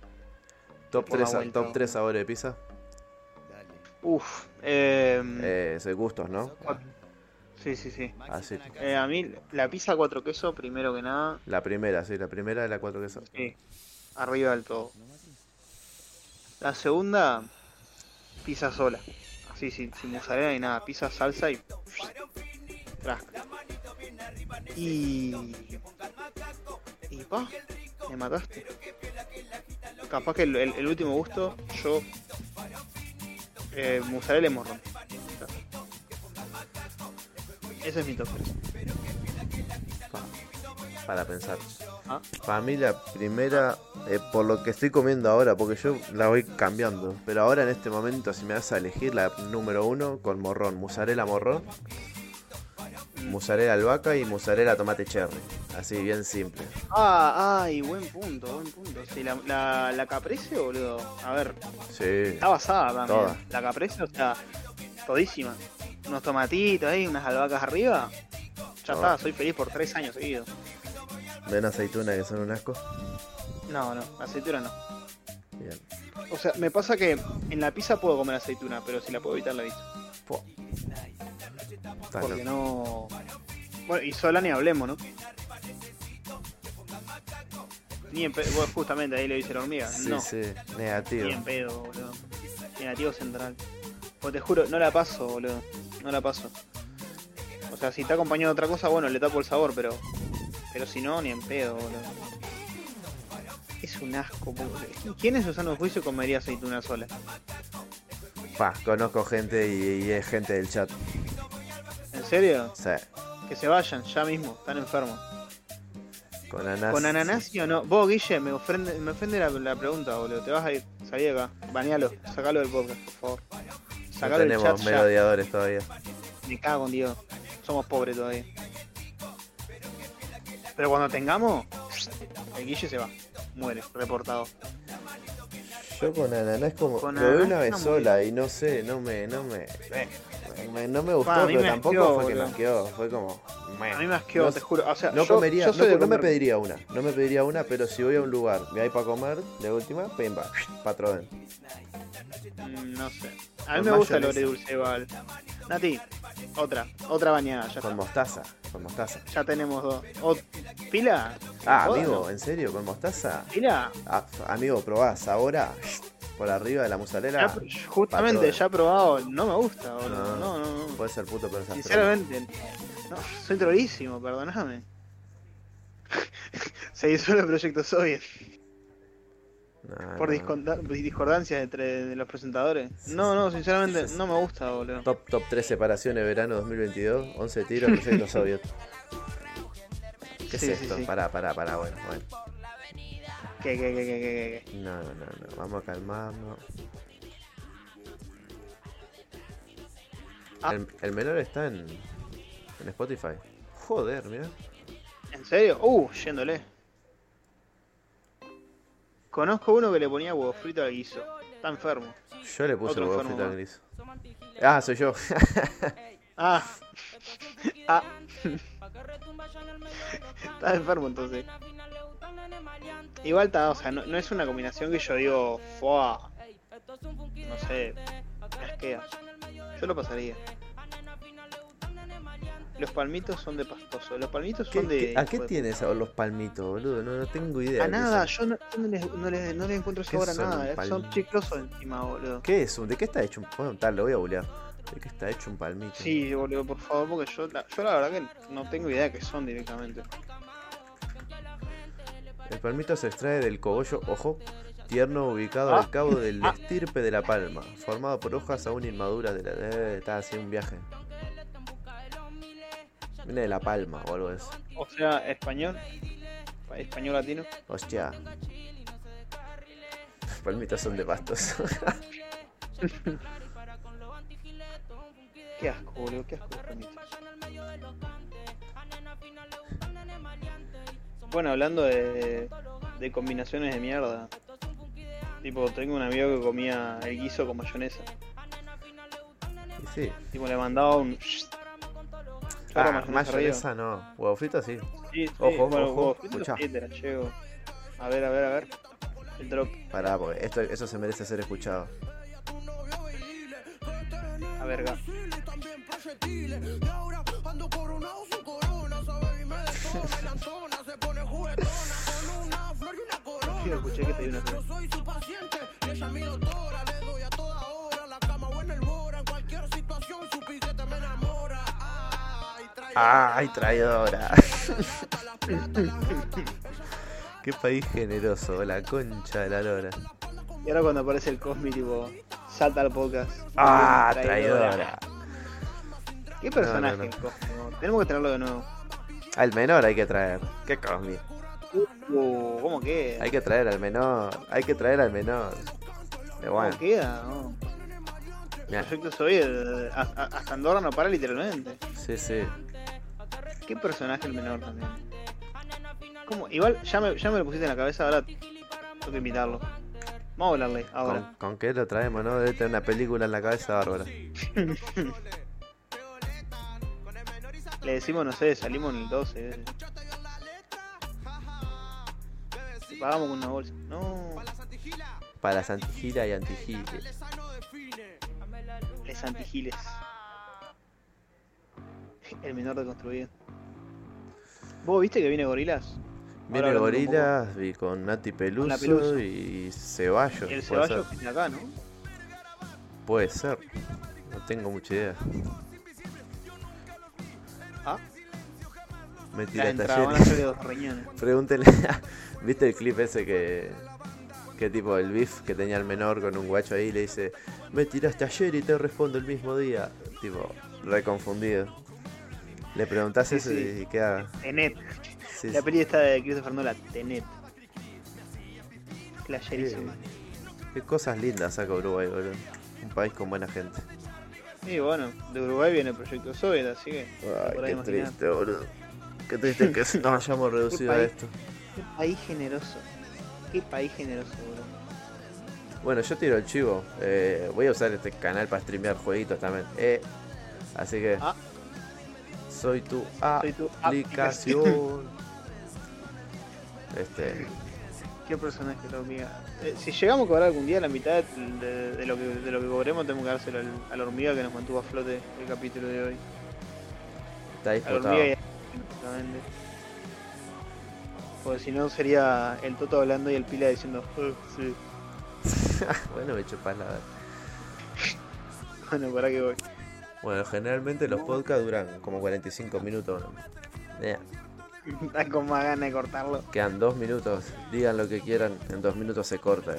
[SPEAKER 2] Top
[SPEAKER 1] Por la
[SPEAKER 2] 3,
[SPEAKER 1] vuelta.
[SPEAKER 2] top tres sabores de pizza.
[SPEAKER 1] Uf, eh.
[SPEAKER 2] Eh, de gustos, ¿no?
[SPEAKER 1] Sí, sí, sí.
[SPEAKER 2] Así.
[SPEAKER 1] Eh, a mí la pizza cuatro quesos, primero que nada,
[SPEAKER 2] La primera, sí, la primera de las cuatro que son.
[SPEAKER 1] sí, arriba del todo. La segunda, pizza sola. Así, sin, sin mozzarella ni nada. Pizza, salsa y... Tras. Y... Y pa, me mataste. Capaz que el, el- el último gusto, yo... Eh, mozzarella y morrón. Ese es mi toque.
[SPEAKER 2] Para pensar.
[SPEAKER 1] Ah.
[SPEAKER 2] Para mí la primera, eh, por lo que estoy comiendo ahora, porque yo la voy cambiando. Pero ahora en este momento, si me vas a elegir la número uno con morrón, mozzarella morrón,
[SPEAKER 1] Mm.
[SPEAKER 2] mozzarella albahaca y mozzarella tomate cherry. Así, bien simple.
[SPEAKER 1] Ah, ay, buen punto, buen punto. Sí, la, la, la caprese, boludo. A ver,
[SPEAKER 2] Sí.
[SPEAKER 1] está basada también.
[SPEAKER 2] Toda.
[SPEAKER 1] La caprese, o sea, todísima. Unos tomatitos ahí, unas albahacas arriba. Ya
[SPEAKER 2] Toda.
[SPEAKER 1] está, soy feliz por tres años seguidos.
[SPEAKER 2] Ven aceituna que son un asco.
[SPEAKER 1] No, no, aceituna no.
[SPEAKER 2] Bien.
[SPEAKER 1] O sea, me pasa que en la pizza puedo comer aceituna, pero si la puedo evitar la evito.
[SPEAKER 2] Fua. Está
[SPEAKER 1] Porque
[SPEAKER 2] loco.
[SPEAKER 1] no. Bueno, y sola ni hablemos, ¿no? Ni en pedo, bueno, justamente ahí le dice la hormiga.
[SPEAKER 2] Sí,
[SPEAKER 1] no.
[SPEAKER 2] sí, negativo.
[SPEAKER 1] Bien pedo, boludo. Negativo central. Pues te juro, no la paso, boludo. No la paso. O sea, si está acompañado de otra cosa, bueno, le tapo el sabor, pero. Pero si no, ni en pedo, boludo. Es un asco, boludo. ¿Quién es Susano Juicio comería aceituna sola?
[SPEAKER 2] Pa, conozco gente y, y es gente del chat.
[SPEAKER 1] ¿En serio?
[SPEAKER 2] Sí.
[SPEAKER 1] Que se vayan, ya mismo, están enfermos.
[SPEAKER 2] Con ananás.
[SPEAKER 1] ¿Con ananasio o no? Vos, Guille, me ofende, me ofende la, la pregunta, boludo. Te vas a ir, salí de acá. Banealo, sacalo del podcast, por favor.
[SPEAKER 2] No
[SPEAKER 1] Sacalo del chat
[SPEAKER 2] tenemos
[SPEAKER 1] ya.
[SPEAKER 2] melodiadores todavía.
[SPEAKER 1] Me cago en Dios. Somos pobres todavía. Pero cuando tengamos, el Guille se va. Muere, reportado.
[SPEAKER 2] Yo con ananás como
[SPEAKER 1] Con
[SPEAKER 2] lo veo
[SPEAKER 1] ananás
[SPEAKER 2] una vez
[SPEAKER 1] está muy
[SPEAKER 2] sola y no sé, no me, no me,
[SPEAKER 1] Eh,
[SPEAKER 2] me- no me gustó,
[SPEAKER 1] Pa, a mí
[SPEAKER 2] pero
[SPEAKER 1] me
[SPEAKER 2] tampoco
[SPEAKER 1] asqueó,
[SPEAKER 2] fue que me
[SPEAKER 1] boludo.
[SPEAKER 2] asqueó, fue como meh.
[SPEAKER 1] A mí me asqueó,
[SPEAKER 2] no,
[SPEAKER 1] te juro. O sea,
[SPEAKER 2] no
[SPEAKER 1] yo,
[SPEAKER 2] comería,
[SPEAKER 1] yo
[SPEAKER 2] no,
[SPEAKER 1] soy de
[SPEAKER 2] no me
[SPEAKER 1] comer-
[SPEAKER 2] pediría una, no me pediría una, pero si voy a un lugar y hay para comer, de última, pimba, patrón.
[SPEAKER 1] Mm, No sé. A mí
[SPEAKER 2] Con
[SPEAKER 1] me gusta el
[SPEAKER 2] mayonesa.
[SPEAKER 1] ore dulce, igual. Nati, otra. Otra bañada, ya
[SPEAKER 2] Con
[SPEAKER 1] está.
[SPEAKER 2] mostaza, con mostaza.
[SPEAKER 1] Ya tenemos dos. O- ¿Pila?
[SPEAKER 2] Ah,
[SPEAKER 1] ¿Joda,
[SPEAKER 2] amigo,
[SPEAKER 1] no?
[SPEAKER 2] ¿en serio? ¿Con mostaza?
[SPEAKER 1] ¿Pila?
[SPEAKER 2] Ah, amigo, probás ahora por arriba de la mozzarella.
[SPEAKER 1] Ya- justamente,
[SPEAKER 2] patrón.
[SPEAKER 1] ya he probado. No me gusta,
[SPEAKER 2] No.
[SPEAKER 1] boludo. No, no, no.
[SPEAKER 2] Puede ser puto, pero esas
[SPEAKER 1] Sinceramente, no, soy trollísimo, perdoname. Se disuelve el proyecto Soviet
[SPEAKER 2] trolas. No,
[SPEAKER 1] por
[SPEAKER 2] no.
[SPEAKER 1] discorda- discordancias entre de los presentadores.
[SPEAKER 2] Ah. Sí,
[SPEAKER 1] No,
[SPEAKER 2] sí.
[SPEAKER 1] no, sinceramente no me gusta, boludo.
[SPEAKER 2] Top, top 3 separaciones verano 2022, 11 tiros, proyecto soviet. ¿Qué
[SPEAKER 1] Sí,
[SPEAKER 2] es
[SPEAKER 1] sí,
[SPEAKER 2] esto?
[SPEAKER 1] sí.
[SPEAKER 2] Pará, pará, pará, bueno, bueno.
[SPEAKER 1] Que, que, que, que, que, que.
[SPEAKER 2] No, no, no, no, vamos a calmarnos.
[SPEAKER 1] Ah.
[SPEAKER 2] El, el menor está en, en Spotify. Joder, mira.
[SPEAKER 1] ¿En serio? Uh, yéndole. Conozco uno que le ponía huevo frito al guiso. Está enfermo.
[SPEAKER 2] Yo le puse
[SPEAKER 1] Otro
[SPEAKER 2] el huevo
[SPEAKER 1] enfermo
[SPEAKER 2] frito al
[SPEAKER 1] más.
[SPEAKER 2] gris. Ah, soy yo.
[SPEAKER 1] Ah. ah. está enfermo entonces. Igual está, o sea, no, no es una combinación que yo digo, "Fua". No sé, asquea. Yo lo pasaría. Los palmitos son de pastoso. Los palmitos
[SPEAKER 2] ¿Qué-
[SPEAKER 1] son de.
[SPEAKER 2] qué- ¿A qué
[SPEAKER 1] hijo de
[SPEAKER 2] tiene sabor los palmitos, boludo? No, no tengo idea.
[SPEAKER 1] A
[SPEAKER 2] qué
[SPEAKER 1] nada,
[SPEAKER 2] son.
[SPEAKER 1] yo no, yo no les, no les- no les encuentro
[SPEAKER 2] ¿Qué
[SPEAKER 1] sabor a
[SPEAKER 2] son un
[SPEAKER 1] nada. eh. Son
[SPEAKER 2] palmito?
[SPEAKER 1] chiclosos encima, boludo.
[SPEAKER 2] ¿Qué es? un- ¿De qué está hecho un palmito? lo voy a bulear. ¿De qué está hecho un palmito?
[SPEAKER 1] Sí, boludo, por favor, porque yo la, yo la verdad que no tengo idea de qué son directamente.
[SPEAKER 2] El palmito se extrae del cogollo, ojo, tierno ubicado
[SPEAKER 1] Ah.
[SPEAKER 2] al cabo del
[SPEAKER 1] Ah.
[SPEAKER 2] estirpe de la palma, formado por hojas aún inmaduras de la... eh, está haciendo un viaje. Viene de la palma o algo de eso.
[SPEAKER 1] O sea, español. pa- Español latino.
[SPEAKER 2] Hostia. Los palmitos son de pastos.
[SPEAKER 1] Qué asco, boludo, qué asco este los palmitos. Bueno, hablando de, de combinaciones de mierda. Tipo, tengo un amigo que comía el guiso con mayonesa.
[SPEAKER 2] Y sí.
[SPEAKER 1] Tipo, le mandaba un... chorro de
[SPEAKER 2] Ah,
[SPEAKER 1] mayonesa arriba.
[SPEAKER 2] mayonesa no. Huevo frito sí.
[SPEAKER 1] Sí, sí,
[SPEAKER 2] Ojo,
[SPEAKER 1] bueno,
[SPEAKER 2] ojo,
[SPEAKER 1] vos, frito
[SPEAKER 2] escuchá.
[SPEAKER 1] sí, te la llevo. A ver, a ver, a ver. El drop.
[SPEAKER 2] Pará, porque esto, eso se merece ser escuchado.
[SPEAKER 1] A verga. Sí, lo escuché que te di una flor. Ah.
[SPEAKER 2] ¡Ay, traidora! Qué país generoso, la concha de la lora.
[SPEAKER 1] Y ahora cuando aparece el Cosmi, tipo, salta al podcast.
[SPEAKER 2] ¡Ah,
[SPEAKER 1] Traidora.
[SPEAKER 2] traidora!
[SPEAKER 1] ¿Qué personaje
[SPEAKER 2] No, no, no.
[SPEAKER 1] el Cosmi? no? Tenemos que traerlo de nuevo.
[SPEAKER 2] Al menor hay que traer. ¿Qué cosmi?
[SPEAKER 1] Uh, ¿Cómo queda?
[SPEAKER 2] Hay que traer al menor. Hay que traer al menor.
[SPEAKER 1] ¿Cómo
[SPEAKER 2] Pero bueno,
[SPEAKER 1] queda? No.
[SPEAKER 2] Eh. mirá.
[SPEAKER 1] Proyecto soy el- a- a- hasta Andorra no para literalmente.
[SPEAKER 2] Sí, sí.
[SPEAKER 1] ¿Qué personaje el menor también? ¿Cómo? Igual ya me, ya me lo pusiste en la cabeza, ahora tengo que invitarlo. Vamos a hablarle ahora.
[SPEAKER 2] ¿Con, con qué lo traemos, no? Debe tener una película en la cabeza bárbara.
[SPEAKER 1] Le decimos, no sé, salimos en el 12. eh. Te pagamos con una bolsa. No,
[SPEAKER 2] Para Santigila y Antigile.
[SPEAKER 1] les antigiles. El menor de construido. ¿Vos viste que viene gorilas?
[SPEAKER 2] Viene
[SPEAKER 1] hablando un
[SPEAKER 2] Gorilas, vi con Nati Peluso,
[SPEAKER 1] Peluso.
[SPEAKER 2] y Ceballos.
[SPEAKER 1] El
[SPEAKER 2] puede
[SPEAKER 1] ceballo
[SPEAKER 2] ser.
[SPEAKER 1] viene acá, ¿no?
[SPEAKER 2] Puede ser. No tengo mucha idea.
[SPEAKER 1] Ah, las
[SPEAKER 2] Mentira,
[SPEAKER 1] entradas van a
[SPEAKER 2] talleres.
[SPEAKER 1] ser de dos riñones.
[SPEAKER 2] Pregúntenle. ¿Viste el clip ese que.? Que tipo el beef que tenía el menor con un guacho ahí y le dice: Me tiraste ayer y te respondo el mismo día. Tipo, reconfundido. Le preguntás
[SPEAKER 1] Sí,
[SPEAKER 2] eso
[SPEAKER 1] sí.
[SPEAKER 2] y queda.
[SPEAKER 1] Tenet.
[SPEAKER 2] Sí,
[SPEAKER 1] La
[SPEAKER 2] sí.
[SPEAKER 1] peli está de Christopher Nolan, Tenet. Playerísima.
[SPEAKER 2] Qué, qué cosas lindas saca Uruguay, boludo. Un país con buena gente.
[SPEAKER 1] Y bueno, de Uruguay viene el proyecto Soviet, así que.
[SPEAKER 2] Ay,
[SPEAKER 1] podrás
[SPEAKER 2] qué
[SPEAKER 1] imaginar.
[SPEAKER 2] triste, boludo. Qué triste que nos hayamos reducido a
[SPEAKER 1] país.
[SPEAKER 2] esto.
[SPEAKER 1] Qué país generoso. Qué país generoso, boludo.
[SPEAKER 2] Bueno, yo tiro el chivo. Eh, voy a usar este canal para streamear jueguitos también. Eh, así que.
[SPEAKER 1] Ah.
[SPEAKER 2] Soy tu
[SPEAKER 1] Soy tu
[SPEAKER 2] Ah, aplicación. este.
[SPEAKER 1] Qué personaje, la hormiga. Eh, si llegamos a cobrar algún día la mitad de, de- de lo, que, de lo que cobremos, tenemos que dárselo al, a la hormiga que nos mantuvo a flote el capítulo de hoy.
[SPEAKER 2] Está
[SPEAKER 1] A la
[SPEAKER 2] disputado.
[SPEAKER 1] hormiga y a- exactamente. Porque si no sería el Toto hablando y el Pila diciendo, "Eh, sí,
[SPEAKER 2] bueno, me chupas la
[SPEAKER 1] bueno, para que voy.
[SPEAKER 2] Bueno, generalmente los podcasts duran como 45 minutos. Eh,
[SPEAKER 1] Están con más ganas de cortarlo.
[SPEAKER 2] Quedan dos minutos, digan lo que quieran, en dos minutos se corta.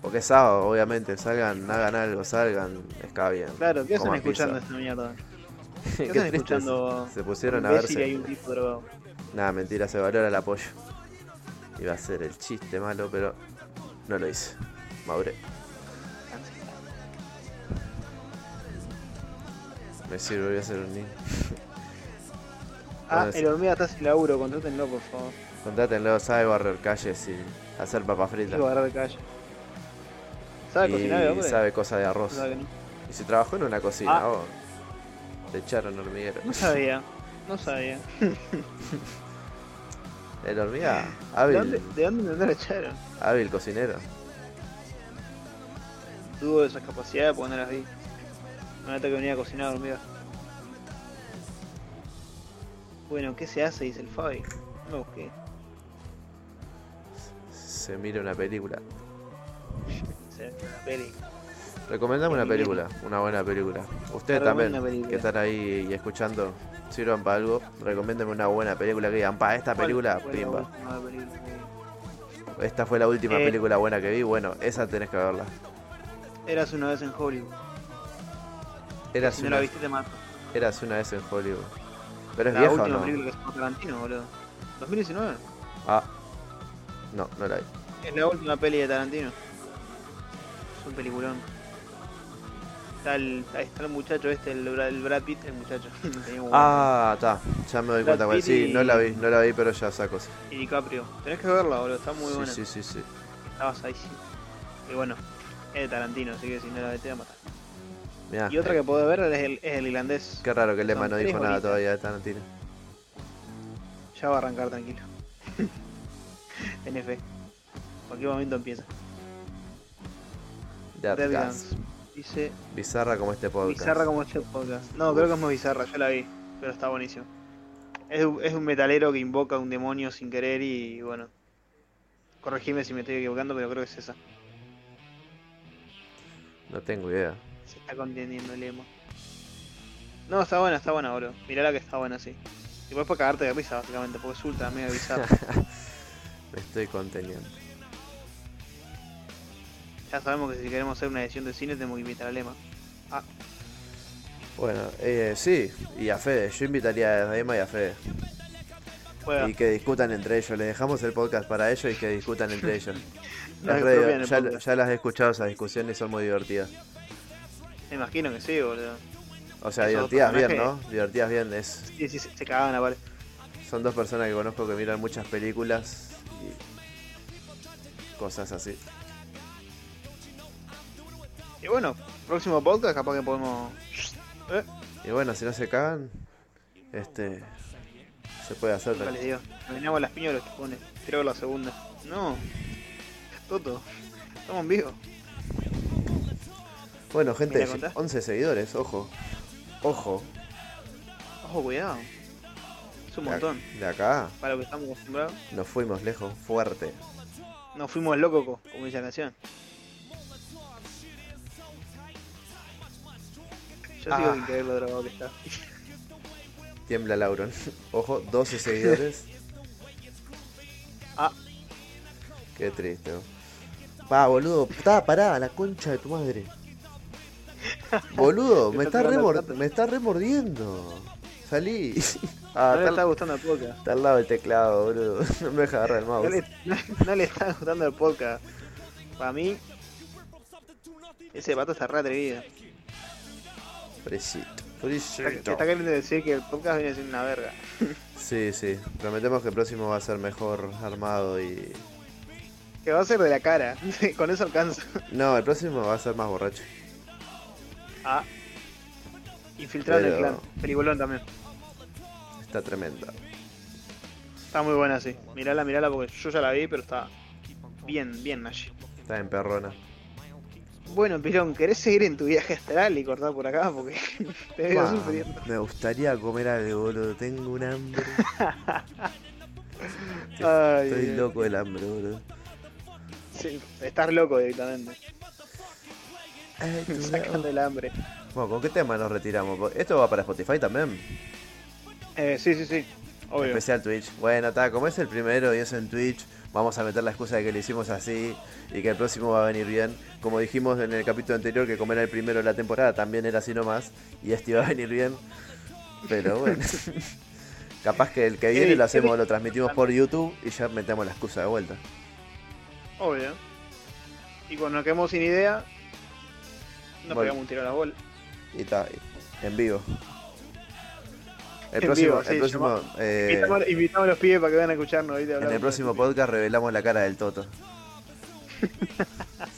[SPEAKER 2] Porque es sábado, obviamente, salgan, hagan algo, salgan, está bien.
[SPEAKER 1] Claro, ¿qué hacen
[SPEAKER 2] Coman
[SPEAKER 1] escuchando
[SPEAKER 2] pizza.
[SPEAKER 1] esta mierda?
[SPEAKER 2] Qué
[SPEAKER 1] ¿Qué
[SPEAKER 2] triste
[SPEAKER 1] están escuchando?
[SPEAKER 2] se- Se pusieron a
[SPEAKER 1] Un imbécil y hay
[SPEAKER 2] verse.
[SPEAKER 1] un tipo drogado.
[SPEAKER 2] Nada, mentira, se valora el apoyo. Iba a ser el chiste malo, pero no lo hice. Maure, me sirve, voy a ser un niño.
[SPEAKER 1] Ah,
[SPEAKER 2] Entonces-
[SPEAKER 1] el hormiga está sin laburo, contrátenlo por favor.
[SPEAKER 2] Contrátenlo, sabe barrer calles y hacer papas fritas.
[SPEAKER 1] Iba a agarrar de calle. ¿Sabe cocinar el
[SPEAKER 2] y
[SPEAKER 1] hombre?
[SPEAKER 2] sabe cosa de arroz.
[SPEAKER 1] La verdad que no.
[SPEAKER 2] Y si trabajó en una cocina,
[SPEAKER 1] Ah.
[SPEAKER 2] oh, te echaron hormiguero.
[SPEAKER 1] No sabía, no sabía.
[SPEAKER 2] El hormiga,
[SPEAKER 1] ¿De
[SPEAKER 2] hábil,
[SPEAKER 1] dónde, ¿De dónde no la echaron?
[SPEAKER 2] hábil cocinero.
[SPEAKER 1] Tuvo esas capacidades porque no las vi. Me nota que venía a cocinar, hormiga. Bueno, ¿qué se hace? Dice el Fabi. No lo busqué.
[SPEAKER 2] Se mira una película.
[SPEAKER 1] Se ve la peli.
[SPEAKER 2] Recomendame una
[SPEAKER 1] Bien.
[SPEAKER 2] película, una buena película. Ustedes
[SPEAKER 1] Una
[SPEAKER 2] también,
[SPEAKER 1] buena película.
[SPEAKER 2] que están ahí y escuchando, sirvan para algo. Recomiéndeme una buena película que digan, pa, esta
[SPEAKER 1] ¿Cuál
[SPEAKER 2] película,
[SPEAKER 1] fue la
[SPEAKER 2] pimba.
[SPEAKER 1] última película que
[SPEAKER 2] Esta fue la última
[SPEAKER 1] Eh.
[SPEAKER 2] película buena que vi, bueno, esa tenés que verla.
[SPEAKER 1] vi? Eras una vez en Hollywood.
[SPEAKER 2] Eras,
[SPEAKER 1] Si no
[SPEAKER 2] una,
[SPEAKER 1] la viste, te mato.
[SPEAKER 2] Eras una vez en Hollywood. ¿Pero es
[SPEAKER 1] la
[SPEAKER 2] vieja o
[SPEAKER 1] última
[SPEAKER 2] no?
[SPEAKER 1] película que sacó Tarantino, boludo. 2019.
[SPEAKER 2] Ah, no, no la vi.
[SPEAKER 1] Es la última peli de Tarantino. Es un peliculón. Está el, ahí está el muchacho este, el, Bra- el Brad Pitt, el muchacho. Tenía un-
[SPEAKER 2] Ah, está, ya me doy
[SPEAKER 1] Brad
[SPEAKER 2] cuenta cuál.
[SPEAKER 1] Pitt
[SPEAKER 2] Sí,
[SPEAKER 1] y-
[SPEAKER 2] no la vi, no la vi, pero ya saco. sí.
[SPEAKER 1] Y DiCaprio. Tenés que verla, boludo. Está muy
[SPEAKER 2] sí,
[SPEAKER 1] buena.
[SPEAKER 2] sí, sí, sí.
[SPEAKER 1] Estabas ahí, sí. Y bueno, es de Tarantino, así que si no la ves te va a matar.
[SPEAKER 2] Mirá,
[SPEAKER 1] Y otra que podés ver es el, es el irlandés.
[SPEAKER 2] Ah. qué raro que el Lema
[SPEAKER 1] son
[SPEAKER 2] no dijo
[SPEAKER 1] tres
[SPEAKER 2] nada
[SPEAKER 1] horitas.
[SPEAKER 2] todavía de Tarantino.
[SPEAKER 1] Ya va a arrancar tranquilo. NF. Cualquier momento empieza.
[SPEAKER 2] Dead
[SPEAKER 1] Dead
[SPEAKER 2] Gas.
[SPEAKER 1] Guns. Dice
[SPEAKER 2] Bizarra como este podcast.
[SPEAKER 1] Bizarra como este podcast. No, creo que es más bizarra, yo la vi, pero está buenísimo. Es, un- es un metalero que invoca a un demonio sin querer y bueno. Corregime si me estoy equivocando, pero creo que es esa.
[SPEAKER 2] No tengo idea.
[SPEAKER 1] Se está contendiendo el emo. No, está buena, está buena, bro. Mirala que está buena, sí. Y puedes para cagarte de risa, básicamente, porque es ultra mega bizarra.
[SPEAKER 2] Me estoy conteniendo.
[SPEAKER 1] ya sabemos que si queremos hacer una edición de cine tenemos que invitar al emo.
[SPEAKER 2] Bueno, eh, sí, y a Fede. Yo invitaría a Emma y a Fede.
[SPEAKER 1] Juega.
[SPEAKER 2] Y que discutan entre ellos. Les dejamos el podcast para ellos y que discutan entre ellos.
[SPEAKER 1] No
[SPEAKER 2] Es
[SPEAKER 1] se
[SPEAKER 2] re-
[SPEAKER 1] apropian el
[SPEAKER 2] ya,
[SPEAKER 1] podcast.
[SPEAKER 2] ya las he escuchado esas discusiones, son muy divertidas.
[SPEAKER 1] Me imagino que sí, boludo.
[SPEAKER 2] O sea,
[SPEAKER 1] Esos dos
[SPEAKER 2] divertidas bien, ¿no?
[SPEAKER 1] personajes-
[SPEAKER 2] Divertidas bien. Es,
[SPEAKER 1] Sí, sí, se, se cagaban a pared.
[SPEAKER 2] son dos personas que conozco que miran muchas películas y cosas así.
[SPEAKER 1] Y bueno, próximo podcast capaz que podemos
[SPEAKER 2] Y bueno, si no se cagan, este se puede hacer.
[SPEAKER 1] Nunca les digo. Venimos las piñas de los chupones. Quiero ver la segunda. No. Toto. Estamos en vivo.
[SPEAKER 2] Bueno, gente,
[SPEAKER 1] Mira, contá.
[SPEAKER 2] 11 seguidores, ojo. Ojo.
[SPEAKER 1] Ojo, cuidado. Es un
[SPEAKER 2] De ac-
[SPEAKER 1] montón.
[SPEAKER 2] De acá
[SPEAKER 1] Para lo que estamos acostumbrados.
[SPEAKER 2] nos fuimos lejos, fuerte.
[SPEAKER 1] Nos fuimos locos, co- como dice la canción. Yo
[SPEAKER 2] Ah.
[SPEAKER 1] sigo sin creer lo drogado que está.
[SPEAKER 2] Tiembla Lauron. Ojo, 12 seguidores.
[SPEAKER 1] Ah.
[SPEAKER 2] Qué triste. ¿no? Pa, boludo. Ta, pará, la concha de tu madre. Boludo,
[SPEAKER 1] Te
[SPEAKER 2] me
[SPEAKER 1] está
[SPEAKER 2] está,
[SPEAKER 1] tirando el
[SPEAKER 2] remor-
[SPEAKER 1] tato.
[SPEAKER 2] me está remordiendo. Salí. Ah,
[SPEAKER 1] no le
[SPEAKER 2] está,
[SPEAKER 1] está gustando el podcast.
[SPEAKER 2] está al lado del teclado, boludo. No me deja agarrar el
[SPEAKER 1] No
[SPEAKER 2] mouse.
[SPEAKER 1] le, no le está gustando el podcast. Para mí, ese pato está re atrevido.
[SPEAKER 2] Fresito.
[SPEAKER 1] Está,
[SPEAKER 2] Fresito.
[SPEAKER 1] está queriendo decir que el podcast viene siendo una verga.
[SPEAKER 2] Sí, sí. Prometemos que el próximo va a ser mejor armado y.
[SPEAKER 1] Que va a ser de la cara. Con eso alcanza.
[SPEAKER 2] No, el próximo va a ser más borracho.
[SPEAKER 1] Ah. Infiltrado en el
[SPEAKER 2] Pero-
[SPEAKER 1] clan. Peliculón también.
[SPEAKER 2] Está tremenda.
[SPEAKER 1] Está muy buena, sí. Mirala, mirala, porque yo ya la vi, pero está bien, bien, Nashi.
[SPEAKER 2] Está en perrona.
[SPEAKER 1] Bueno, Pilón, ¿querés seguir en tu viaje astral y cortar por acá? Porque te veo
[SPEAKER 2] Pa,
[SPEAKER 1] sufriendo.
[SPEAKER 2] Me gustaría comer algo, boludo. Tengo un hambre.
[SPEAKER 1] Ay,
[SPEAKER 2] Estoy
[SPEAKER 1] Dios.
[SPEAKER 2] loco del hambre, boludo.
[SPEAKER 1] Sí, estás loco directamente.
[SPEAKER 2] Ay, tú la-
[SPEAKER 1] Sacando el hambre.
[SPEAKER 2] Bueno, ¿con qué tema nos retiramos? Porque Esto va para Spotify también.
[SPEAKER 1] Eh, sí, sí, sí. Obvio.
[SPEAKER 2] Especial Twitch. Bueno, ta, como es el primero y es en Twitch, vamos a meter la excusa de que lo hicimos así y que el próximo va a venir bien. Como dijimos en el capítulo anterior, que como era el primero de la temporada, también era así nomás. Y este iba a venir bien. Pero bueno. Capaz que el que viene
[SPEAKER 1] Ey,
[SPEAKER 2] lo hacemos,
[SPEAKER 1] ey.
[SPEAKER 2] lo transmitimos por YouTube y ya metemos la excusa de vuelta.
[SPEAKER 1] Obvio. Y cuando nos quedemos sin idea, nos
[SPEAKER 2] Bueno.
[SPEAKER 1] pegamos un tiro a la bola.
[SPEAKER 2] Y está, en vivo. El
[SPEAKER 1] En
[SPEAKER 2] próximo,
[SPEAKER 1] vivo, sí,
[SPEAKER 2] el próximo, eh,
[SPEAKER 1] Invitamos, invitamos a los pibes para que vayan a escucharnos. ¿viste?
[SPEAKER 2] en
[SPEAKER 1] Hablamos
[SPEAKER 2] el
[SPEAKER 1] de
[SPEAKER 2] próximo
[SPEAKER 1] esto.
[SPEAKER 2] podcast revelamos la cara del Toto.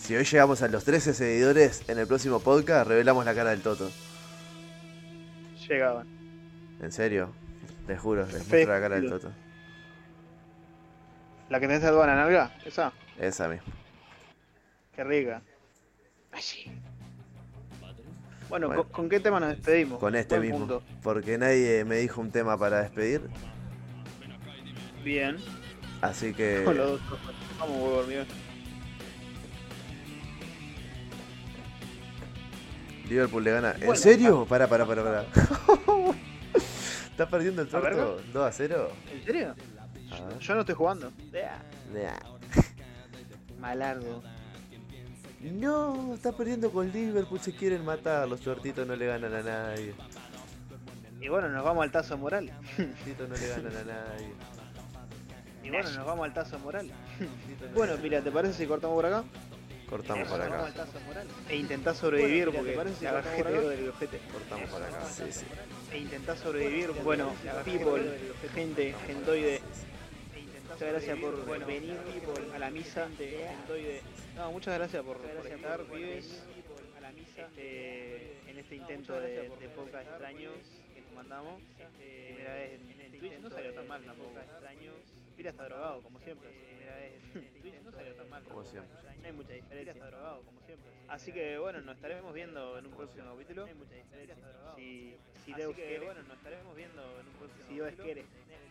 [SPEAKER 2] si hoy llegamos a los 13 seguidores, en el próximo podcast revelamos la cara del Toto.
[SPEAKER 1] Llegaban.
[SPEAKER 2] En serio, les juro, les
[SPEAKER 1] Perfecto.
[SPEAKER 2] muestro la cara del Toto.
[SPEAKER 1] La que tenés aduana, nalga. Esa.
[SPEAKER 2] Esa misma.
[SPEAKER 1] Qué rica. Allí. Bueno,
[SPEAKER 2] Bueno.
[SPEAKER 1] ¿con, con qué tema nos despedimos?
[SPEAKER 2] Con este
[SPEAKER 1] Buen
[SPEAKER 2] mismo.
[SPEAKER 1] punto.
[SPEAKER 2] Porque nadie me dijo un tema para despedir.
[SPEAKER 1] Bien.
[SPEAKER 2] Así que.
[SPEAKER 1] Con los dos. cosas. Vamos, huevo, hormigón.
[SPEAKER 2] Liverpool le gana.
[SPEAKER 1] Bueno, ah.
[SPEAKER 2] ¿En serio? Pará, pará, pará, pará. ¿Estás perdiendo el
[SPEAKER 1] A ver,
[SPEAKER 2] torto? ¿2 a 0?
[SPEAKER 1] ¿En serio?
[SPEAKER 2] A ver.
[SPEAKER 1] Yo, yo no estoy jugando.
[SPEAKER 2] Nah.
[SPEAKER 1] Malargo.
[SPEAKER 2] No, está perdiendo con Liverpool, se quieren matar, los tortitos no le ganan a nadie.
[SPEAKER 1] Y bueno, nos vamos al tazo moral.
[SPEAKER 2] Los tortitos no le ganan a nadie.
[SPEAKER 1] Y bueno, nos vamos al tazo moral.
[SPEAKER 2] Los tortitos no
[SPEAKER 1] Bueno,
[SPEAKER 2] le
[SPEAKER 1] mira, ¿te parece si cortamos por acá?
[SPEAKER 2] ganan. cortamos por
[SPEAKER 1] Nos vamos
[SPEAKER 2] acá.
[SPEAKER 1] al tazo moral. E intentás sobrevivir
[SPEAKER 3] Bueno, mira,
[SPEAKER 1] porque
[SPEAKER 3] ¿te parece si
[SPEAKER 1] la
[SPEAKER 3] cortamos por
[SPEAKER 1] gente
[SPEAKER 3] acá?
[SPEAKER 1] del ojete.
[SPEAKER 2] Cortamos por acá, sí, sí.
[SPEAKER 1] E intentás sobrevivir. Bueno, people, gente, gentoide. Muchas gracias por venir a la misa. No, muchas gracias por, por estar, pibes, este, en este intento de, de podcast extraño que nos mandamos. Primera vez en el Twitch, no salió tan mal tampoco. Mira, está drogado, como siempre. Primera vez en el Twitch, no salió tan mal.
[SPEAKER 2] Como siempre.
[SPEAKER 1] No hay mucha diferencia. Está drogado, como siempre. Así que bueno, nos estaremos viendo en un próximo capítulo. No hay mucha diferencia. Si, si Deus quiere. Bueno, nos estaremos viendo en un próximo Si Dios quiere.